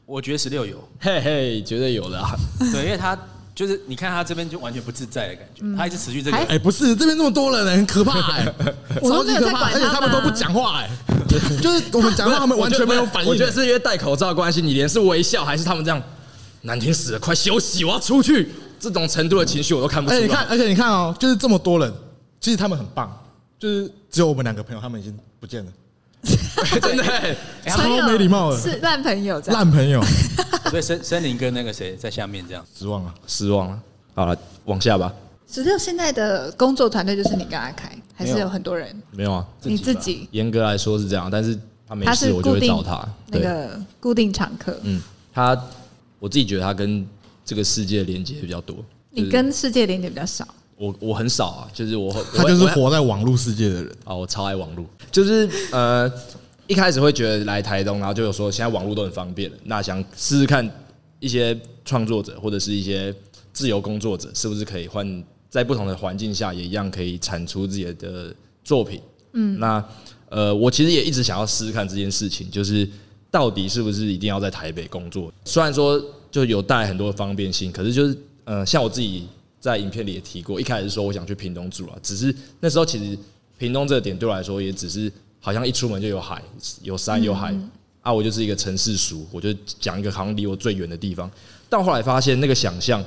我觉得十六有，
嘿嘿，绝对有的、啊。
对，因为他就是你看他这边就完全不自在的感觉，他一直持续这
还
个。
哎，不是，这边这么多人，很可怕 哎，
我都
超级
没有
可
在
怕，
管
而且他
们
们都
啊
不。讲话哎，就是我们讲话，他们完全没有反应。
我觉得是因为戴口罩的关系，你连是微笑还是他们这样难听死了，快休息，我要出去，这种程度的情绪我都看不出
而
来。
且你看，而且你看哦，就是这么多人，其实他们很棒，就是只有我们两个朋友，他们已经不见了，
真的、欸，
哎
超没礼
啊
貌的
是烂朋友这样。
烂朋友，
所以森森林跟那个谁在下面这样，
失望啊！
失望了。好了，往下吧。
十六现在的工作团队就是你跟阿凯，还是
没有
有很多人？
没有啊，
你自己
严格来说是这样，但是他没
他
事
是
我就
固
会
定
找他。
那
对。
个固定常客，
嗯，他我自己觉得他跟这个世界的连接比较多。就是
你跟世界连接比较少。
我我很少啊，就是我我
他就是
我
活在网络世界的人，
啊，我超爱网络，就是呃一开始会觉得来台东，然后就有说现在网络都很方便了，那想试试看一些创作者或者是一些自由工作者是不是可以换在不同的环境下也一样可以产出自己的作品。嗯，那呃，我其实也一直想要试试看这件事情，就是到底是不是一定要在台北工作？虽然说就有带来很多的方便性，可是就是呃，像我自己在影片里也提过，一开始说我想去屏东住啊，只是那时候其实屏东这个点对我来说也只是好像一出门就有海、有山、有海。啊，我就是一个城市俗，我就讲一个好像离我最远的地方。但我后来发现，那个想象，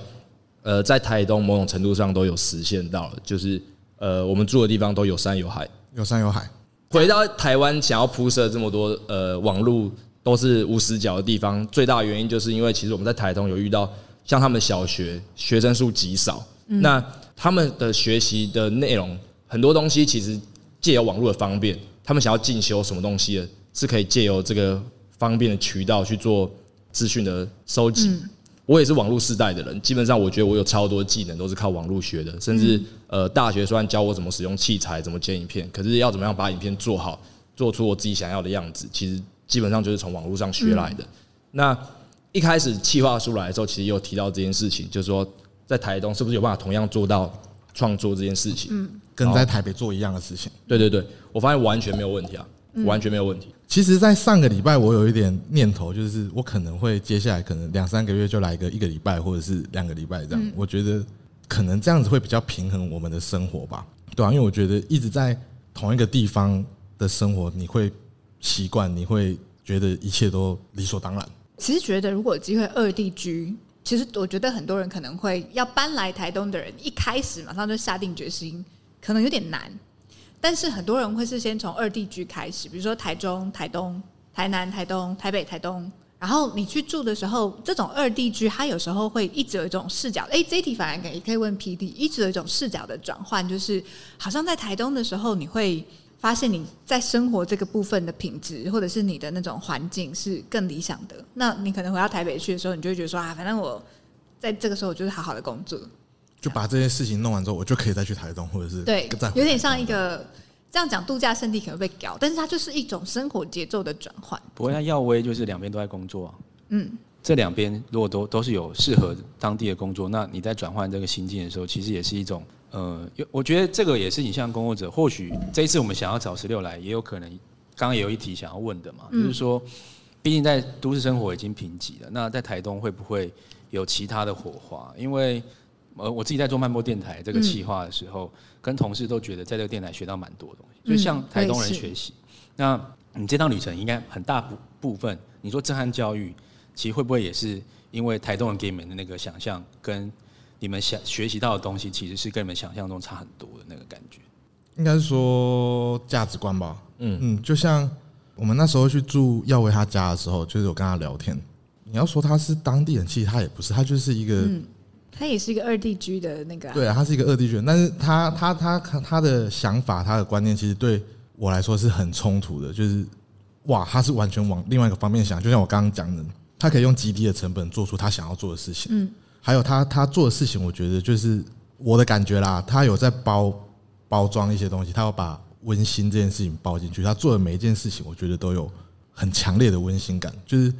呃，在台东某种程度上都有实现到了，就是呃，我们住的地方都有山有海。
有山有海，
回到台湾，想要铺设这么多呃网络都是无死角的地方，最大的原因就是因为其实我们在台东有遇到像他们小学学生数极少，那他们的学习的内容很多东西其实借由网络的方便，他们想要进修什么东西的，是可以借由这个方便的渠道去做资讯的收集。我也是网络世代的人，基本上我觉得我有超多技能都是靠网络学的，甚至呃大学虽然教我怎么使用器材、怎么剪影片，可是要怎么样把影片做好，做出我自己想要的样子，其实基本上就是从网络上学来的。那一开始企划出来的时候，其实也有提到这件事情，就是说在台东是不是有办法同样做到创作这件事情？
跟在台北做一样的事情。
对对对，我发现完全没有问题啊，完全没有问题。
其实，在上个礼拜，我有一点念头，就是我可能会接下来可能两三个月就来个一个礼拜，或者是两个礼拜这样。我觉得可能这样子会比较平衡我们的生活吧，对啊，因为我觉得一直在同一个地方的生活，你会习惯，你会觉得一切都理所当然。
其实觉得如果有机会二地居，其实我觉得很多人可能会要搬来台东的人，一开始马上就下定决心，可能有点难。但是很多人会是先从二地居开始，比如说台中、台东、台南、台东、台北、台东。然后你去住的时候，这种二地居，它有时候会一直有一种视角。哎，这一题反而可以可以问 P D，一直有一种视角的转换，就是好像在台东的时候，你会发现你在生活这个部分的品质，或者是你的那种环境是更理想的。那你可能回到台北去的时候，你就会觉得说啊，反正我在这个时候我就是好好的工作，
就把这件事情弄完之后，我就可以再去台东，或者是
对
再，回
有点像一个这样讲度假胜地可能被搞，但是它就是一种生活节奏的转换。
不过像耀威就是两边都在工作、啊，
嗯，
这两边如果都都是有适合当地的工作，那你在转换这个心境的时候，其实也是一种呃，有我觉得这个也是影像工作者，或许这一次我们想要找十六来，也有可能刚刚也有一题想要问的嘛，就是说，毕竟在都市生活已经贫瘠了，那在台东会不会有其他的火花？因为呃，我自己在做漫播电台这个企划的时候，跟同事都觉得在这个电台学到蛮多东西，就向台东人学习。那你这趟旅程应该很大部部分，你说震撼教育，其实会不会也是因为台东人给你们的那个想象，跟你们想学习到的东西，其实是跟你们想象中差很多的那个感觉？
应该是说价值观吧。
嗯
嗯嗯，就像我们那时候去住耀威他家的时候，就是有跟他聊天。你要说他是当地人，其实他也不是，他就是一个、
它也是一个二地居的那个、啊，
对啊，他是一个二地人，但是他他他他的想法，他的观念，其实对我来说是很冲突的。就是哇，他是完全往另外一个方面想，就像我刚刚讲的，他可以用极低的成本做出他想要做的事情。嗯，还有他他做的事情，我觉得就是我的感觉啦，他有在包包装一些东西，他要把温馨这件事情包进去。他做的每一件事情，我觉得都有很强烈的温馨感，就是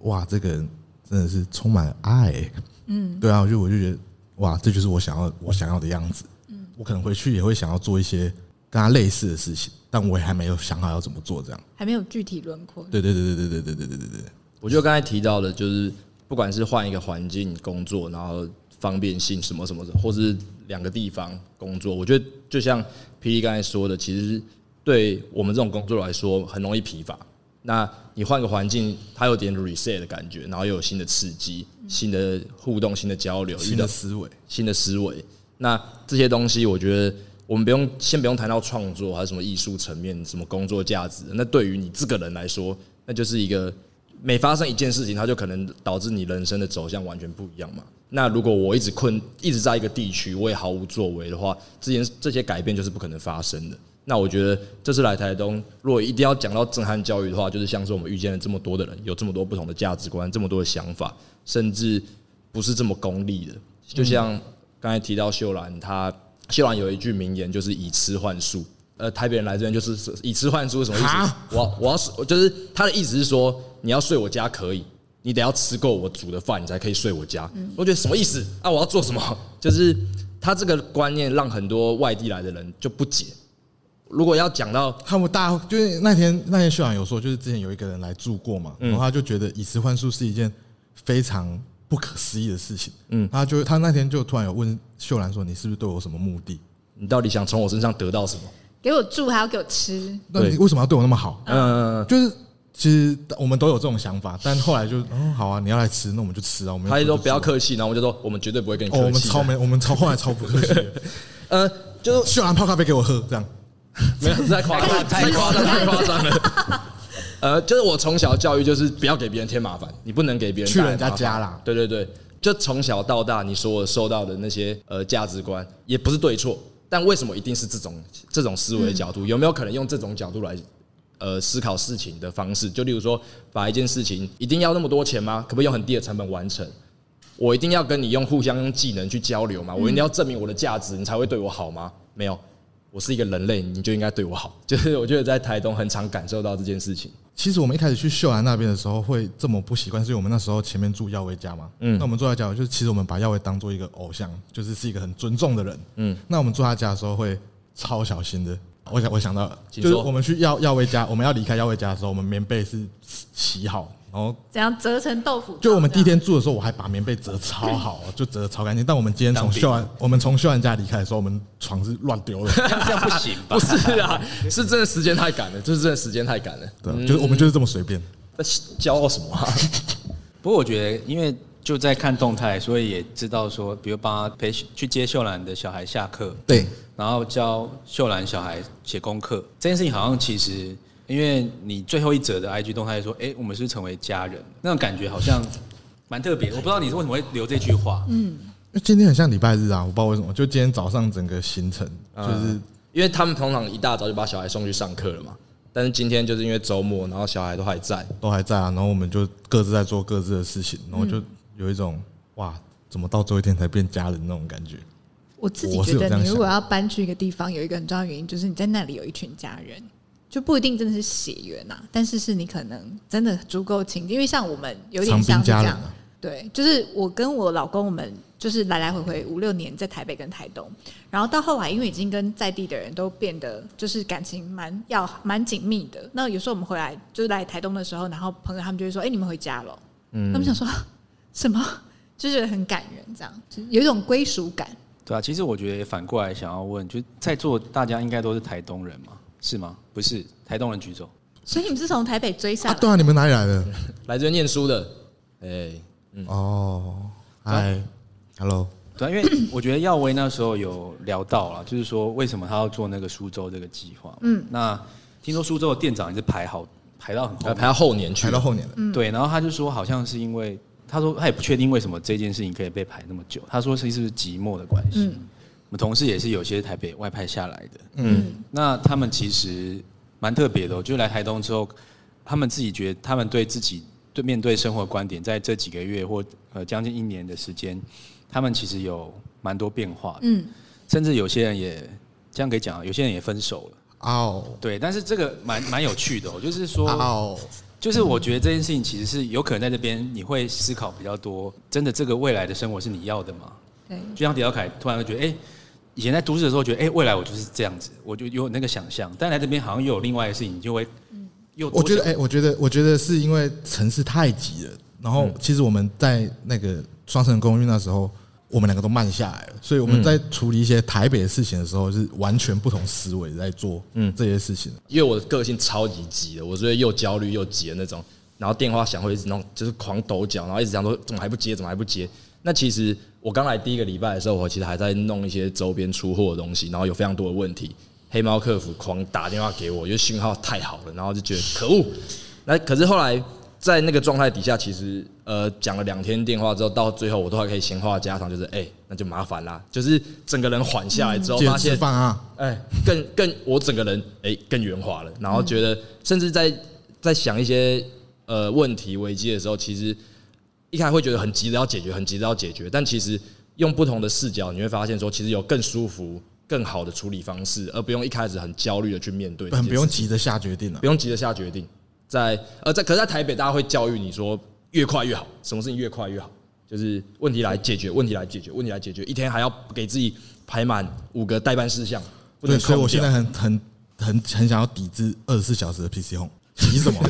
哇，这个人真的是充满爱、嗯，对啊，我就我就觉得哇，这就是我想要我想要的样子。嗯，我可能回去也会想要做一些跟他类似的事情，但我也还没有想好要怎么做。这样，
还没有具体轮廓。
对对对对对对对对对对对，
我就刚才提到的，就是不管是换一个环境工作，然后方便性什么什么的，或是两个地方工作，我觉得就像 P D 刚才说的，其实对我们这种工作来说，很容易疲乏。那你换个环境，它有点 reset 的感觉，然后又有新的刺激、新的互动、新的交流，遇
新
到
的思维，
新的思维。那这些东西，我觉得我们不用先不用谈到创作还是什么艺术层面、什么工作价值。那对于你这个人来说，那就是一个每发生一件事情，它就可能导致你人生的走向完全不一样嘛。那如果我一直困，一直在一个地区，我也毫无作为的话，这件这些改变就是不可能发生的。那我觉得这次来台东，如果一定要讲到震撼教育的话，就是像是我们遇见了这么多的人，有这么多不同的价值观，这么多的想法，甚至不是这么功利
嗯
的。就像刚才提到秀兰，她秀兰有一句名言，就是以吃换术。呃，台北人来这边就是以吃换术是什么意思
哈？
我我要是就是他的意思是说，你要睡我家可以，
嗯
你得要吃够我煮的饭，你才可以睡我家。我觉得什么意思啊？我要做什么？就是 他这个观念让很多外地来的人就不解。如果要讲到
他们大就是那天那天秀长有说，就是之前有一个人来住过嘛，
嗯
然后他就觉得以词换术是一件非常不可思议的事情。嗯，他就他那天就突然有问秀兰说：“你是不是对我有什么目的？
你到底想从我身上得到什么，
给我住还要给我吃，
那你
对
为什么要对我那么好？”
嗯，
就是其实我们都有这种想法，但后来就嗯好啊，你要来吃，那我们就吃啊。我们
他就说不要
客
客气，然后我就说我们绝对不会跟你
哦，我
客
们
气。
超没，我们超后来超不 客气的，
呃，就是
秀兰泡咖啡给我喝，这样
没有太夸张， 太夸张，太夸张了。呃，就是我从小教育就是不要给别人添麻烦，你不能给别人
去
带来
人家
麻烦
家啦
对对对，就从小到大，你所有受到的那些呃价值观，也不是对错，但为什么一定是这种这种思维的角度？有没有可能用这种角度
嗯
来呃思考事情的方式？就例如说，把一件呃事情一定要那么多钱吗？可不可以用很低的成本完成？我一定要跟你用互相技能去交流嘛？
嗯
我一定要证明我的价值，你才会对我好吗？没有，我是一个人类，你就应该对我好。就是我觉得在台东很常感受到这件事情。
其实我们一开始去秀兰那边的时候会这么不习惯，是因为我们那时候前面住耀威家嘛。嗯，那我们住他家，就是其实我们把耀威当做一个偶像，就是是一个很尊重的人。嗯，那我们住他家的时候会超小心的。我想我想到了，
请
就是
说
我们去耀耀威家，我们要离开耀威家的时候，我们棉被是洗好，然后
怎样折成豆腐？
就我们第一，天住的时候，我还把棉被折超好，就折得超干净。但我们今天从秀安，我们从秀安家离开的时候，我们床是乱丢的，
这样不行 吧
不？是啊，是真的时间太赶了，就是真的时间太赶了。
对，啊就是我们就是这么随便。
那骄傲什么啊？
不过我觉得，因为就在看动态，所以也知道说，比如帮他陪去接秀兰的小孩下课，
对，
然后教秀兰小孩写功课这件事情，好像其实因为你最后一则的 IG 动态说，哎、我们是不是成为家人，那种感觉好像蛮特别。我不知道你是为什么会留这句话，嗯，
因为今天很像礼拜日啊，我不知道为什么，就今天早上整个行程就是
因为他们通常一大早就把小孩送去上课了嘛，但是今天就是因为周末，然后小孩都还在，
都还在啊，然后我们就各自在做各自的事情，然后就有一种哇，怎么到最后一天才变家人那种感觉。
我自己
我是
觉
有
得
这样
你
想
如果要搬去一个地方，有一个很重要的原因就是你在那里有一群家人，就不一定真的是血缘呐、但是是你可能真的足够亲，因为像我们有点像是这
长兵家
样
人啊，
对，就是我跟我老公我们就是来来回回五六年在台北跟台东，然后到后来因为已经跟在地的人都变得就是感情蛮要蛮紧密的，那有时候我们回来就是来台东的时候，然后朋友他们就会说：“哎、你们回家了？”嗯，他们想说啊什么，就觉得很感人，这样就是有一种归属感。
对啊。其实我觉得也反过来想要问，就在座大家应该都是台东人嘛，是吗？不是，台东人举手。
所以你们是从台北追上
啊，
来？
对啊，你们哪里来的？
来这边念书的，哎、
哦，嗨，Hello，
对啊，因为我觉得耀威那时候有聊到了，就是说为什么他要做那个苏州这个计划。嗯，那听说苏州的店长也是排好排到很后
呃
面
排到后年去
排到后年了。
对，然后他就说好像是因为他说他也不确定为什么这件事情可以被排那么久，他说是是不是寂寞的关系。我们同事也是有些台北外派下来的，嗯，那他们其实蛮特别的哦、就来台东之后，他们自己觉得他们对自己对面对生活的观点，在这几个月或呃将近一年的时间，他们其实有蛮多变化的，
嗯，
甚至有些人也这样可以讲啊，有些人也分手了，
哦，
对，但是这个蛮蛮有趣的、哦，就是说。
哦，
就是我觉得这件事情其实是有可能在这边你会思考比较多，真的这个未来的生活是你要的吗？
对，
就像迪奥凯突然会觉得，哎、以前在都市的时候觉得，哎、未来我就是这样子，我就有那个想象，但来这边好像又有另外的事情，你就会又多
我觉得，
想
哎、我觉得，我觉得是因为城市太挤了。然
嗯
后，其实我们在那个双层公寓那时候，我们两个都慢下来了，所以我
嗯
们在处理一些台北的事情的时候，是完全不同思维在做
嗯
这些事情。
因为我的个性超级急的，我是又焦虑又急的那种，然后电话响会一直弄，就是狂抖脚，然后一直想说怎么还不接，怎么还不接。那其实我刚来第一个礼拜的时候，我其实还在弄一些周边出货的东西，然后有非常多的问题，黑猫客服狂打电话给我，因为讯号太好了，然后就觉得可恶。那可是后来在那个状态底下，其实呃讲了两天电话之后，到最后我都还可以闲话家常，就是哎、那就麻烦啦，就是整个人缓下来之后，
记得
发
吃
现
饭啊！
哎，更更我整个人哎、更圆滑了，然后觉得甚至在在想一些呃问题危机的时候，其实一开始会觉得很急着要解决，很急着要解决，但其实用不同的视角，你会发现说其实有更舒服、更好的处理方式，而不用一开始很焦虑的去面对这件
很
事情，
不用急着下决定了、啊
不用急着下决定。在呃，在可是在台北，大家会教育你说越快越好，什么事情越快越好。就是问题来解决，问题来解决，问题来解决，一天还要给自己排满五个代办事项，不能
对，所以
空
我现
掉
在很很很很想要抵制二十四小时的 PC Home，急什么？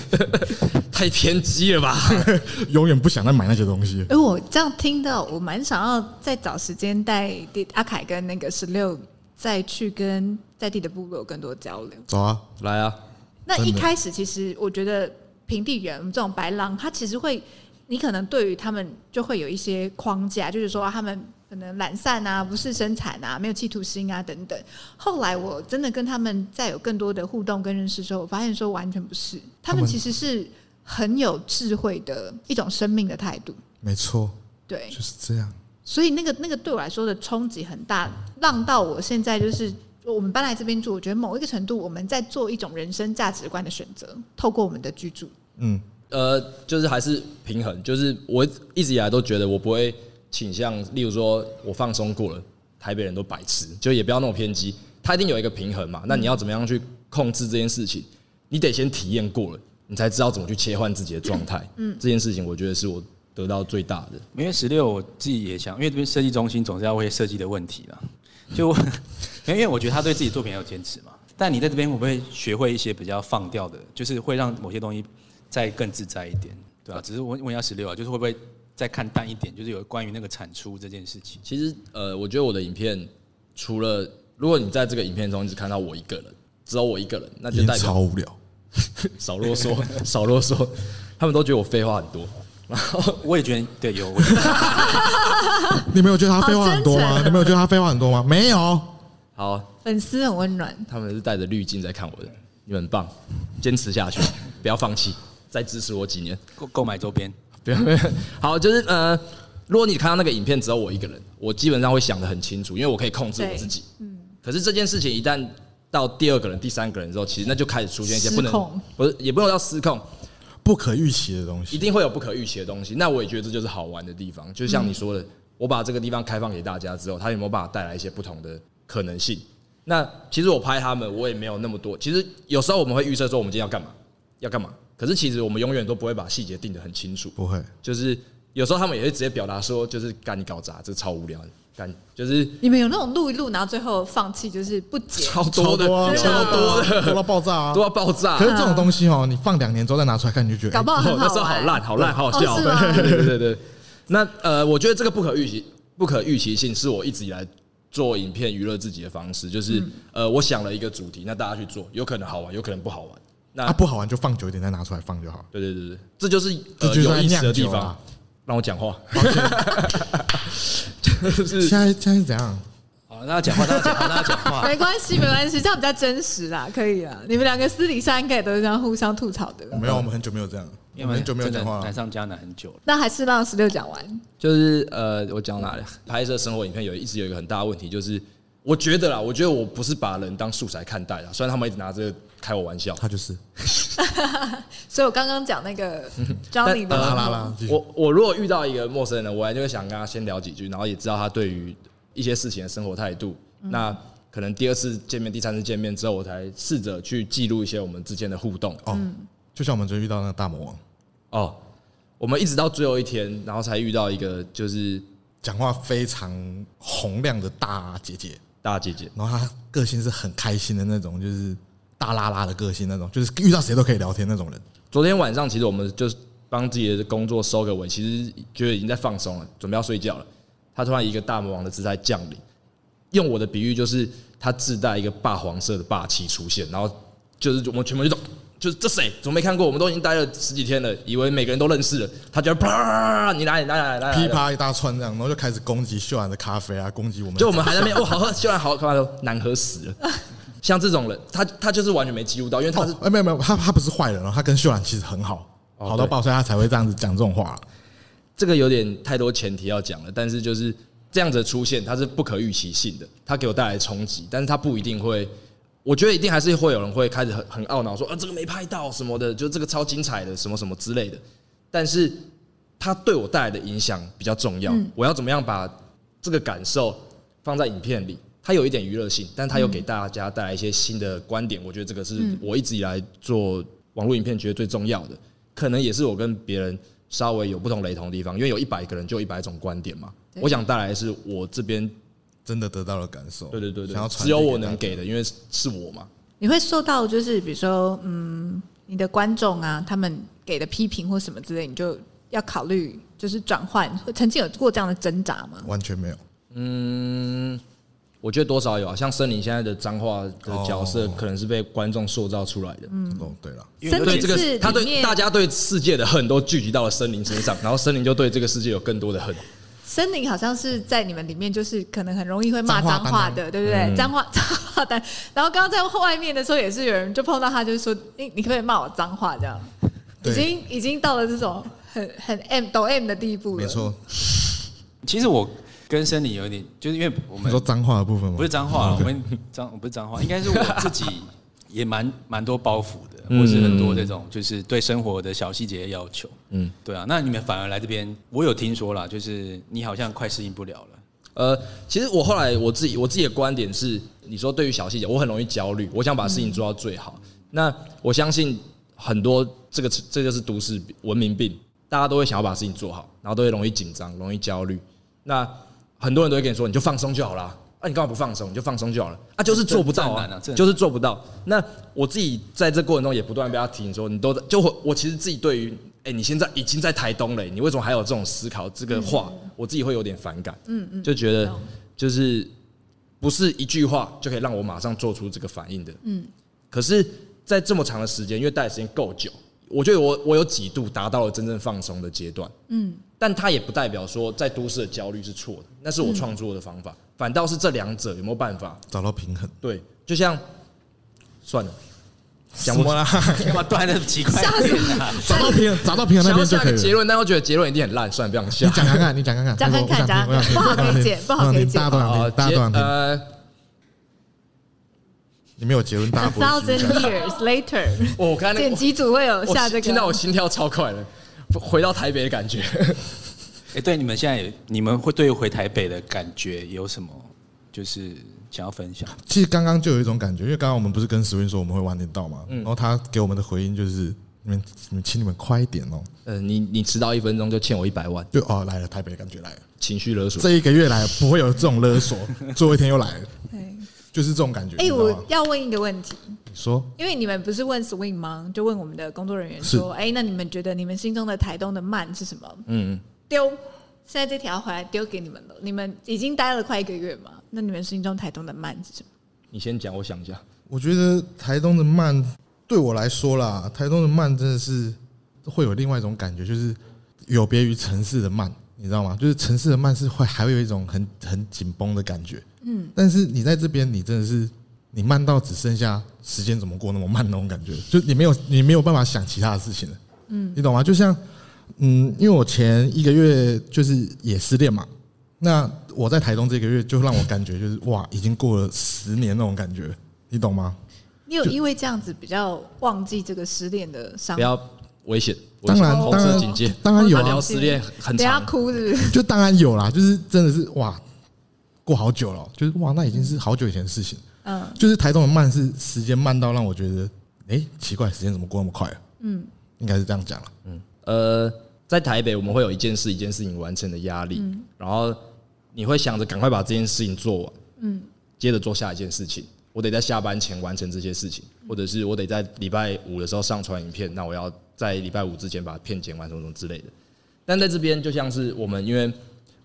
太偏激了吧？
永远不想再买那些东西。
哎，我这样听到，我蛮想要再找时间带地阿凯跟那个十六再去跟在地的部落有更多交流。
走啊，
来啊，
那
真
一
的
开始，其实我觉得平地人这种白狼，他其实会，你可能对于他们就会有一些框架，就是说啊他们可能懒散啊、不是生产啊、没有企图心啊等等。后来我真的跟他们再有更多的互动跟认识之后，我发现说完全不是，他们
们
其实是很有智慧的一种生命的态度。
没错，
对，
就是这样。
所以那个那个对我来说的冲击很大，让到我现在就是我们搬来这边住，我觉得某一个程度我们在做一种人生价值观的选择，透过我们的居住。
嗯，
呃，就是还是平衡，就是我一直以来都觉得我不会倾向，例如说我放松过了，台北人都白痴，就也不要那么偏激，他一定有一个平衡嘛。那你要怎么样去控制这件事情？你得先体验过了，你才知道怎么去切换自己的状态。嗯，这件事情我觉得是我得到最大的。
因为十六我自己也想，因为这边设计中心总是要为设计的问题啦。就我， 因为我觉得他对自己作品很有坚持嘛。但你在这边会不会学会一些比较放掉的，就是会让某些东西再更自在一点，对吧、只是我问一下十六啊，就是会不会再看淡一点，就是有关于那个产出这件事情。
其实呃，我觉得我的影片除了如果你在这个影片中只看到我一个人，只有我一个人，那就
也
代表
超无聊。
少啰嗦，少啰嗦，他们都觉得我废话很多。
我也觉得对，有我觉得
你没有觉得他废话
好
很多
真
吗？
诚
你没有觉得他废话很多吗？没有，
好，啊
粉丝很温暖，
他们是带着滤镜在看我的，你们很棒，坚持下去， 不要放弃，再支持我几年，
购购买周边，
不要。好，就是呃，如果你看到那个影片只有我一个人，我基本上会想得很清楚，因为我可以控制我自己。嗯。可是这件事情一旦到第二个人、第三个人之后，其实那就开始出现一些不
失控
能，不是也不能叫失控，
不可预期的东
一
西。
定会有不可预期的东西。那我也觉得这就是好玩的地方，就像你说的，我把这个地方开放给大家之后，它有没有办法带来一些不同的可能性？那其实我拍他们，我也没有那么多。其实有时候我们会预设说我们今天要干嘛，要干嘛，可是其实我们永远都不会把细节定得很清楚。
不会，
就是有时候他们也会直接表达说，就是干你搞砸，这超无聊的，干就是
你们有那种录一录，然后最后放弃，就是不解。
超多的，
啊
真的
超多的，
多到爆炸 啊
多！到爆炸
可。是这种东西哦，你放两年之后再拿出来看，你就觉得
搞不好很
哦，那
好
时候好
玩。
烂，好烂，好好笑。
哦是吗
对对对对。那呃，我觉得这个不可预期、不可预期性是我一直以来做影片娱乐自己的方式，就是、
嗯
呃，我想了一个主题，那大家去做，有可能好玩，有可能不好玩。那、
啊，不好玩就放久一点，再拿出来放就好。
对对对对，这就是、
这
呃、
就是
有
在
意思的
酿
地
酒
方
啊。。
让我讲话，
现在现在是怎样？
好，那讲话，大家讲话，大家讲话。
没关系，没关系，这样比较真实啦，可以啊啦。你们两个私底下应该也都是这样互相吐槽的。
嗯
没有，我们很久没有这样，我
因
们
为
很久没有
真的
讲话
难
了。
上加难很久了。
那还是让十六讲完。
就是呃，我讲哪里？拍摄生活影片有一直有一个很大的问题，就是我觉得啦，我觉得我不是把人当素材看待啦，虽然他们一直拿这个开我玩笑，
他就是
所以我刚刚讲那 个 Johnny 的，
但
啦啦啦，继续
呃我我如果遇到一个陌生人，我还就会想跟他先聊几句，然后也知道他对于一些事情的生活态度。那可能第二次见面、第三次见面之后，我才试着去记录一些我们之间的互动。
哦，就像我们昨天遇到那个大魔王，
哦，我们一直到最后一天，然后才遇到一个就是
讲话非常洪亮的大姐姐，
大姐姐，
然后她个性是很开心的那种，就是大拉拉的个性那种，就是遇到谁都可以聊天那种人。
昨天晚上其实我们就是帮自己的工作收个尾，其实觉得已经在放松了，准备要睡觉了。他突然一个大魔王的姿态降临，用我的比喻就是他自带一个霸黄色的霸气出现，然后就是我们全部就懂，就是这谁怎么没看过？我们都已经待了十几天了，以为每个人都认识了，他就啪，你来你来你来你来，你
噼
来
啪一大串这样，然后就开始攻击秀兰的咖啡啊，攻击我们。
就我们还在那边，哇，好喝，虽然好喝，看到难喝死了。像这种人，他他就是完全没记录到，因为他是
哦，哎，没有没有，他他不是坏人哦，他跟秀兰其实很好，
哦
好到
对
爆，所以他才会这样子讲这种话。
这个有点太多前提要讲了，但是就是这样子的出现，它是不可预期性的，它给我带来冲击，但是它不一定会，我觉得一定还是会有人会开始很很懊恼说啊这个没拍到什么的，就这个超精彩的什么什么之类的，但是它对我带来的影响比较重要，我要怎么样把这个感受放在影片里。它有一点娱乐性，但它又给大家带来一些新的观点，我觉得这个是我一直以来做网络影片觉得最重要的，可能也是我跟别人稍微有不同雷同的地方，因为有一百个人就有一百种观点嘛。
对
我想带来的是我这边，
真的得到了感受。
对对对
想要
对，
传
只
递
有
大家
我能给的，因为是是我嘛。
你会受到就是比如说嗯，你的观众啊，他们给的批评或什么之类，你就要考虑就是转换。会曾经有过这样的挣扎吗？
完全没有。
嗯，我觉得多少有啊，像森林现在的脏话的角色，
哦
可能是被观众塑造出来的。
嗯
哦，对了，
因为
森
有
嗯对
林
点
这个，
是
他
里
对
面
大家对世界的恨都聚集到了森林身上，然后森林就对这个世界有更多的恨。
森林好像是在你们里面，就是可能很容易会骂脏
脏话
话
担当
的，对不
嗯
对？脏话 脏话单。然后刚刚在外面的时候，也是有人就碰到他，就是说：“你你可不可以骂我脏话？”这样，已
对
经已经到了这种很很 M 抖 M 的地步了。
没，错，
嗯
其实我跟森林有一点，就是因为我
你
们
说脏话的部分吗？
不是脏话，我们脏我不是脏话，应该是我自己也蛮 蛮多包袱的，或是很多这种就是对生活的小细节的要求。
嗯
嗯，对啊，那你们反而来这边，我有听说啦，就是你好像快适应不了 了。
呃，其实我后来我自己我自己的观点是，你说对于小细节，我很容易焦虑，我想把事情做到最好。那我相信很多这个这就是都市文明病，大家都会想要把事情做好，然后都会容易紧张，容易焦虑。那很多人都会跟你说，你就放松就好啦。啊，你干嘛不放松？你就放松就好了。啊，就是做不到
这很
啊
难啊这，很
就是做不到。那我自己在这过程中也不断被他提醒说，你都在就会我其实自己对于，哎，你现在已经在台东了，你为什么还有这种思考？这个话我自己会有点反感。
嗯嗯，
就觉得
懂
就是不是一句话就可以让我马上做出这个反应的。
嗯
嗯，可是，在这么长的时间，因为待的时间够久，我觉得我我有几度达到了真正放松的阶段。
嗯
嗯，但它也不代表说在都市的焦虑是错的，那是我创作
嗯
的方法，反倒是这两者有没有办法？
找到平衡。
对，就像算了，讲
什
不
么啦？
干嘛断的奇怪？
笑死
找到平衡，找到平衡
想
那
要
边就
下
可
个
以
结
了。
论，但又觉得结论一定很烂，算了，不想
你
下。
讲看看，你讲看看，
讲看看
我想听我想听
讲看看不好
我想听
理解不好理解
我想听大家都想
好
听，大家都想听。
呃，
你没有结论，大家
A
不 会继
thousand
续讲
years later，
我刚才那
剪辑组会有
我
下这个。
听到我心跳超快了，回到台北的感觉。
哎、对，你们现在有你们会对回台北的感觉有什么，就是想要分享？
其实刚刚就有一种感觉，因为刚刚我们不是跟石文说我们会晚点到嘛，
嗯
然后他给我们的回应就是：你们你们请你们快一点哦，
呃，你你迟到一分钟就欠我一百万，
就哦来了，台北的感觉来了，
情绪勒索。
这一个月来了不会有这种勒索，最后一天又来了，
对
就是这种感觉。
哎、
你知道
我
吗
要问一个问题，
你说
因为你们不是问 swing 吗？就问我们的工作人员说：“哎、那你们觉得你们心中的台东的慢是什么？”
嗯，
丢，现在这条回来丢给你们了。你们已经待了快一个月嘛，那你们心中台东的慢是什么？
你先讲，我想一下。
我觉得台东的慢对我来说啦，台东的慢真的是会有另外一种感觉，就是有别于城市的慢，你知道吗？就是城市的慢是会还会有一种很很紧绷的感觉，嗯。但是你在这边，你真的是你慢到只剩下时间怎么过那么慢那种感觉，就你没有你没有办法想其他的事情了，嗯，你懂吗？就像嗯，因为我前一个月就是也失恋嘛，那我在台东这个月就让我感觉就是哇，已经过了十年那种感觉，你懂吗？
你有因为这样子比较忘记这个失恋的伤
不？要危险，危
当
险
然，
红
当
色
然
警戒。
当然有
我
他
了
啊
聊
解，
失恋很
不要
长，
哭是不是？
就当然有啦，就是真的是哇，过好久了哦，就是哇，那已经是好久以前的事情。
嗯，
就是台东的慢是时间慢到让我觉得，哎、奇怪，时间怎么过那么快、啊？嗯，应该是这样讲了。
呃，在台北我们会有一件事一件事情完成的压力，
嗯
然后你会想着赶快把这件事情做完，嗯，接着做下一件事情。我得在下班前完成这些事情，
嗯
或者是我得在礼拜五的时候上传影片，那我要在礼拜五之前把片剪完，什么什么之类的。但在这边就像是我们，因为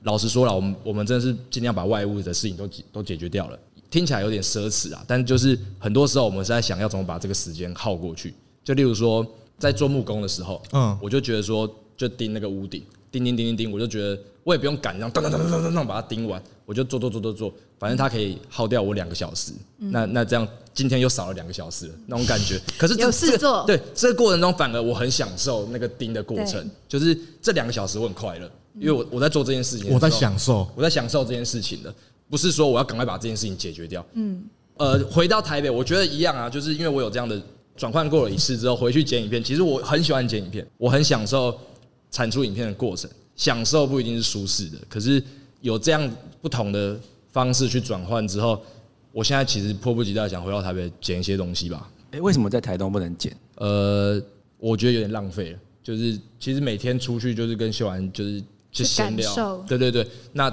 老实说了，我们我们真的是尽量把外物的事情都解都解决掉了，听起来有点奢侈啊，但就是很多时候我们是在想要怎么把这个时间耗过去。就例如说，在做木工的时候，
嗯
嗯，我就觉得说，就钉那个屋顶，钉钉钉钉钉，我就觉得我也不用赶，这样当当当当当当当把它钉完，我就做做做做做，反正它可以耗掉我两个小时。那那这样今天又少了两个小时了，那种感觉。可是这
有事
这个
做
对这个过程中，反而我很享受那个钉的过
对
程，就是这两个小时我很快乐，因为我我在做这件事情，
我在享受，
我在享受这件事情的，不是说我要赶快把这件事情解决掉。嗯，呃，回到台北，我觉得一样啊，就是因为我有这样的转换过了一次之后，回去剪影片，其实我很喜欢剪影片，我很享受产出影片的过程，享受不一定是舒适的，可是有这样不同的方式去转换之后，我现在其实迫不及待想回到台北剪一些东西吧。
哎、为什么在台东不能剪？
呃，我觉得有点浪费了。就是其实每天出去就是跟秀兰就是就
去
闲
感
聊
受，
对对对。那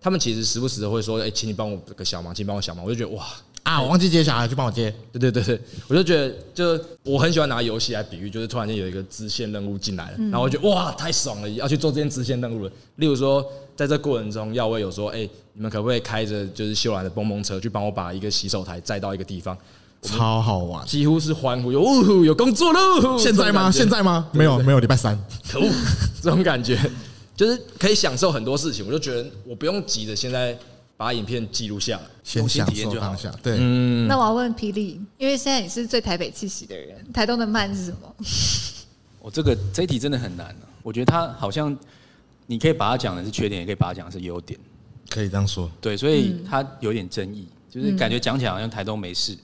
他们其实时不时的会说，哎、请你帮我个小忙，请你帮我小忙，我就觉得哇，
啊，我忘记接小孩，去帮我接。
对对对对，我就觉得，就我很喜欢拿游戏来比喻，就是突然间有一个支线任务进来
嗯
了，然后我就觉得哇，太爽了，要去做这件支线任务了。哎例如说，在这过程中，耀威有说，哎、你们可不可以开着就是秀兰的蹦蹦车去帮我把一个洗手台载到一个地方？
超好玩。
几乎是欢呼，有哦，有工作喽！
现在吗？
这种感觉
现在吗？没有，没有，礼拜三。
可恶， 这种感觉就是可以享受很多事情。我就觉得我不用急着现在把影片记录下来，
先
用心
享
体验
受
就好
当下。对，
嗯那我要问霹雳，因为现在你是最台北气息的人，台东的慢是什么？
我、哦这个这一题真的很难、啊、我觉得它好像你可以把它讲的是缺点，也可以把它讲的是优点。
可以这样说。
对，所以它有点争议，就是感觉讲起来好像台东没事，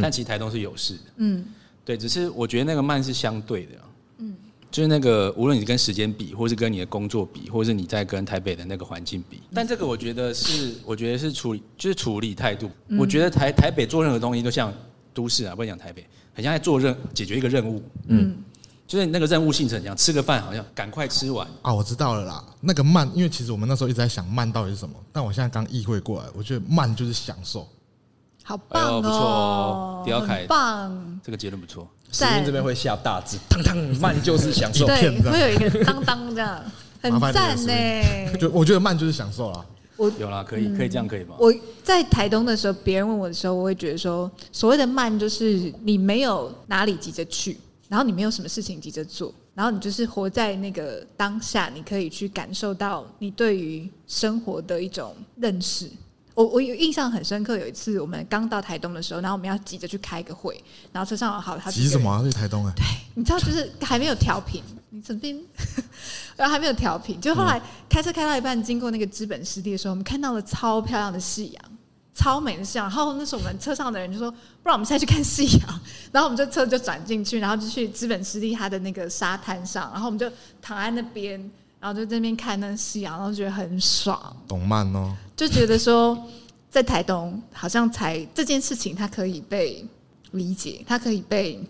但其实台东是有事。
嗯，
对，只是我觉得那个慢是相对的、嗯，就是那个无论你跟时间比，或是跟你的工作比，或是你在跟台北的那个环境比，但这个我觉得是，我觉得是处理就是处理态度。我觉得台台北做任何东西都像都市啊，不能讲台北，很像在做任解决一个任务。嗯，就是那个任务性质很像，吃个饭好像赶快吃完，
啊，我知道了啦。那个慢，因为其实我们那时候一直在想慢到底是什么，但我现在刚意会过来，我觉得慢就是享受。
好棒
哎呦不错哦迪奥凯
很棒，
这个结论不错。
时运这边会下大 字，当当慢就是享受。
一
对，
片这样
会有一个当当这样，很
麻烦
赞
你
呢
了。就我觉得慢就是享受啦。
我
有啦，可以可以这样可以吗？
我在台东的时候，别人问我的时候，我会觉得说，所谓的慢就是你没有哪里急着去，然后你没有什么事情急着做，然后你就是活在那个当下，你可以去感受到你对于生活的一种认识。我我有印象很深刻，有一次我们刚到台东的时候，然后我们要急着去开个会，然后车上有好他
急什么、啊？去台东哎、
你知道，就是还没有调频，你怎么变？ 然后还没有调频，就后来开车开到一半，经过那个资本湿地的时候，我们看到了超漂亮的夕阳，超美的夕阳。然后那时候我们车上的人就说，不然我们现在去看夕阳。然后我们就车就转进去，然后就去资本湿地它的那个沙滩上，然后我们就躺在那边，然后就在那边看那夕阳，然后觉得很爽，
懂慢哦。
就觉得说在台东好像才这件事情，它可以被理解，它可以被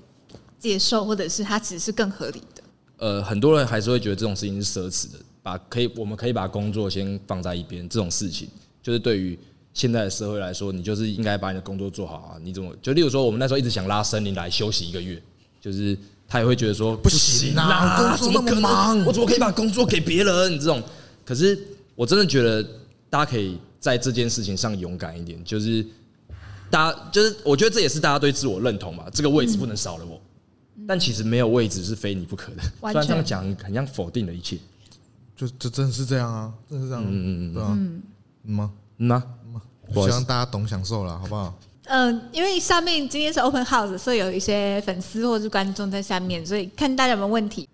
接受，或者是它其实是更合理的。
呃，很多人还是会觉得这种事情是奢侈的，把可以我们可以把工作先放在一边，这种事情就是对于现在的社会来说，你就是应该把你的工作做好啊。你怎么就例如说，我们那时候一直想拉森林来休息一个月，就是他也会觉得说不
行
行
啊
怎么
工作那么
可能
忙
我怎么可以把工作给别人？这种，可是我真的觉得大家可以在这件事情上勇敢一点，就是大家就是我觉得这也是大家对自我认同嘛，这个位置不能少了我。但其实没有位置是非你不可的，虽
完全
然这样讲很像否定了一切，
就就真的是这样啊，真的是这样，嗯嗯嗯，对啊，嗯吗？
嗯吗？不好
希
意思
望大家懂享受啦，好不好？
嗯，因为下面今天是 open house，所以有一些粉丝或是观众在下面，所以看大家有没有问题。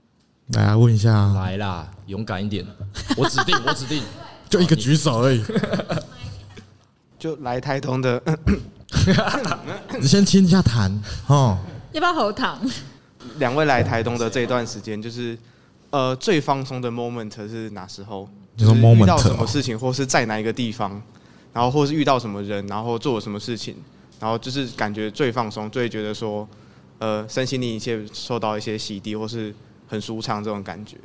大家问一下啊，
来啦，勇敢一点，我指定，我指定，
就一个举手 而已，
就来台东的，
你先亲一下痰哦。
要不要喉糖？
两位来台东的这一段时间，就是呃最放松的 moment 是哪时候？
你说
就是遇到
moment
什么
哦
事情，或是在哪一个地方，然后或是遇到什么人，然后做了什么事情，然后就是感觉最放松，最觉得说呃身心灵一切受到一些洗涤，或是很舒畅这种感觉。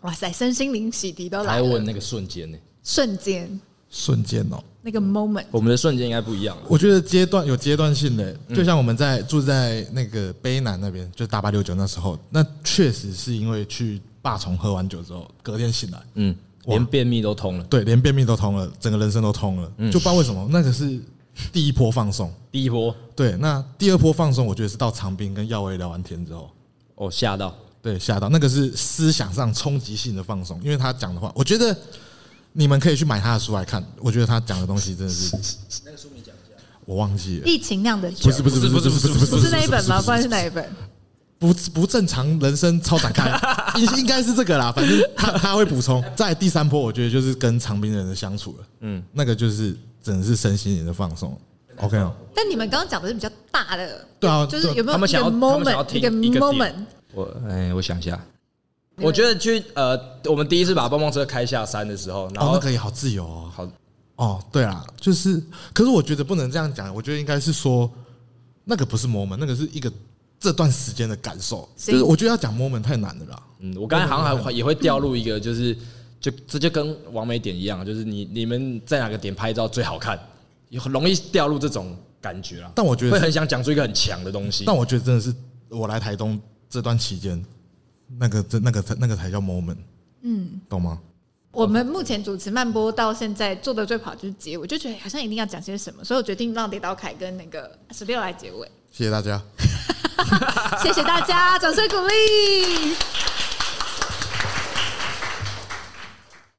哇塞，身心灵洗涤都 来
台
了
文，那个瞬间呢、
瞬间
瞬间哦，
那个 moment，
我们的瞬间应该不一样了。
我觉得阶段有阶段性的，就像我们在住在那个卑南那边，就大八六九那时候，那确实是因为去霸虫喝完酒之后，隔天醒来，
嗯，连便秘都通了，
对，连便秘都通了，整个人生都通了，就不知道为什么，那个是第一波放松。
第一波
对，那第二波放松，我觉得是到长滨跟耀威聊完天之后，
哦吓到，
对，吓到那个是思想上冲击性的放松，因为他讲的话，我觉得你们可以去买他的书来看，我觉得他讲的东西真的是那个书名讲一下，我忘记了，
疫情酿的酒，
不是不是不是不是不是
不是那一本吗？不然是哪一本？
不不正常人生超展开， 应应该是这个啦，反正他他会补充。在第三波，我觉得就是跟长滨人的相处了，嗯，那个就是真的是身心灵的放松。OK 哦，
但你们刚刚讲的是比较大的，
对啊
就是
对
有没有
他们
一
想要
个
他们想要
moment，
听
一个
一个点
moment，
我哎、我想一下，我觉得去呃，我们第一次把蹦蹦车开下山的时候，然
哦，
后、
那个也好自由哦。
好，
哦，对啦，就是，可是我觉得不能这样讲，我觉得应该是说，那个不是 moment，那个是一个这段时间的感受。
所
就
以
是我觉得要讲 moment 太难了啦。
嗯，我刚才好像还也会掉入一个，就是就这就跟完美点一样，就是你你们在哪个点拍照最好看，也很容易掉入这种感觉啦。
但我觉得
会
是
很想讲出一个很强的东西，
但我觉得真的是我来台东这段期间，那个真那个才那个才叫 moment，嗯，懂吗？
我们目前主持慢播到现在做的最不好就是结尾，就觉得好像一定要讲些什么，所以我决定让李刀凯跟那个十六来结尾。
谢谢大家。
谢谢大家，掌声鼓励。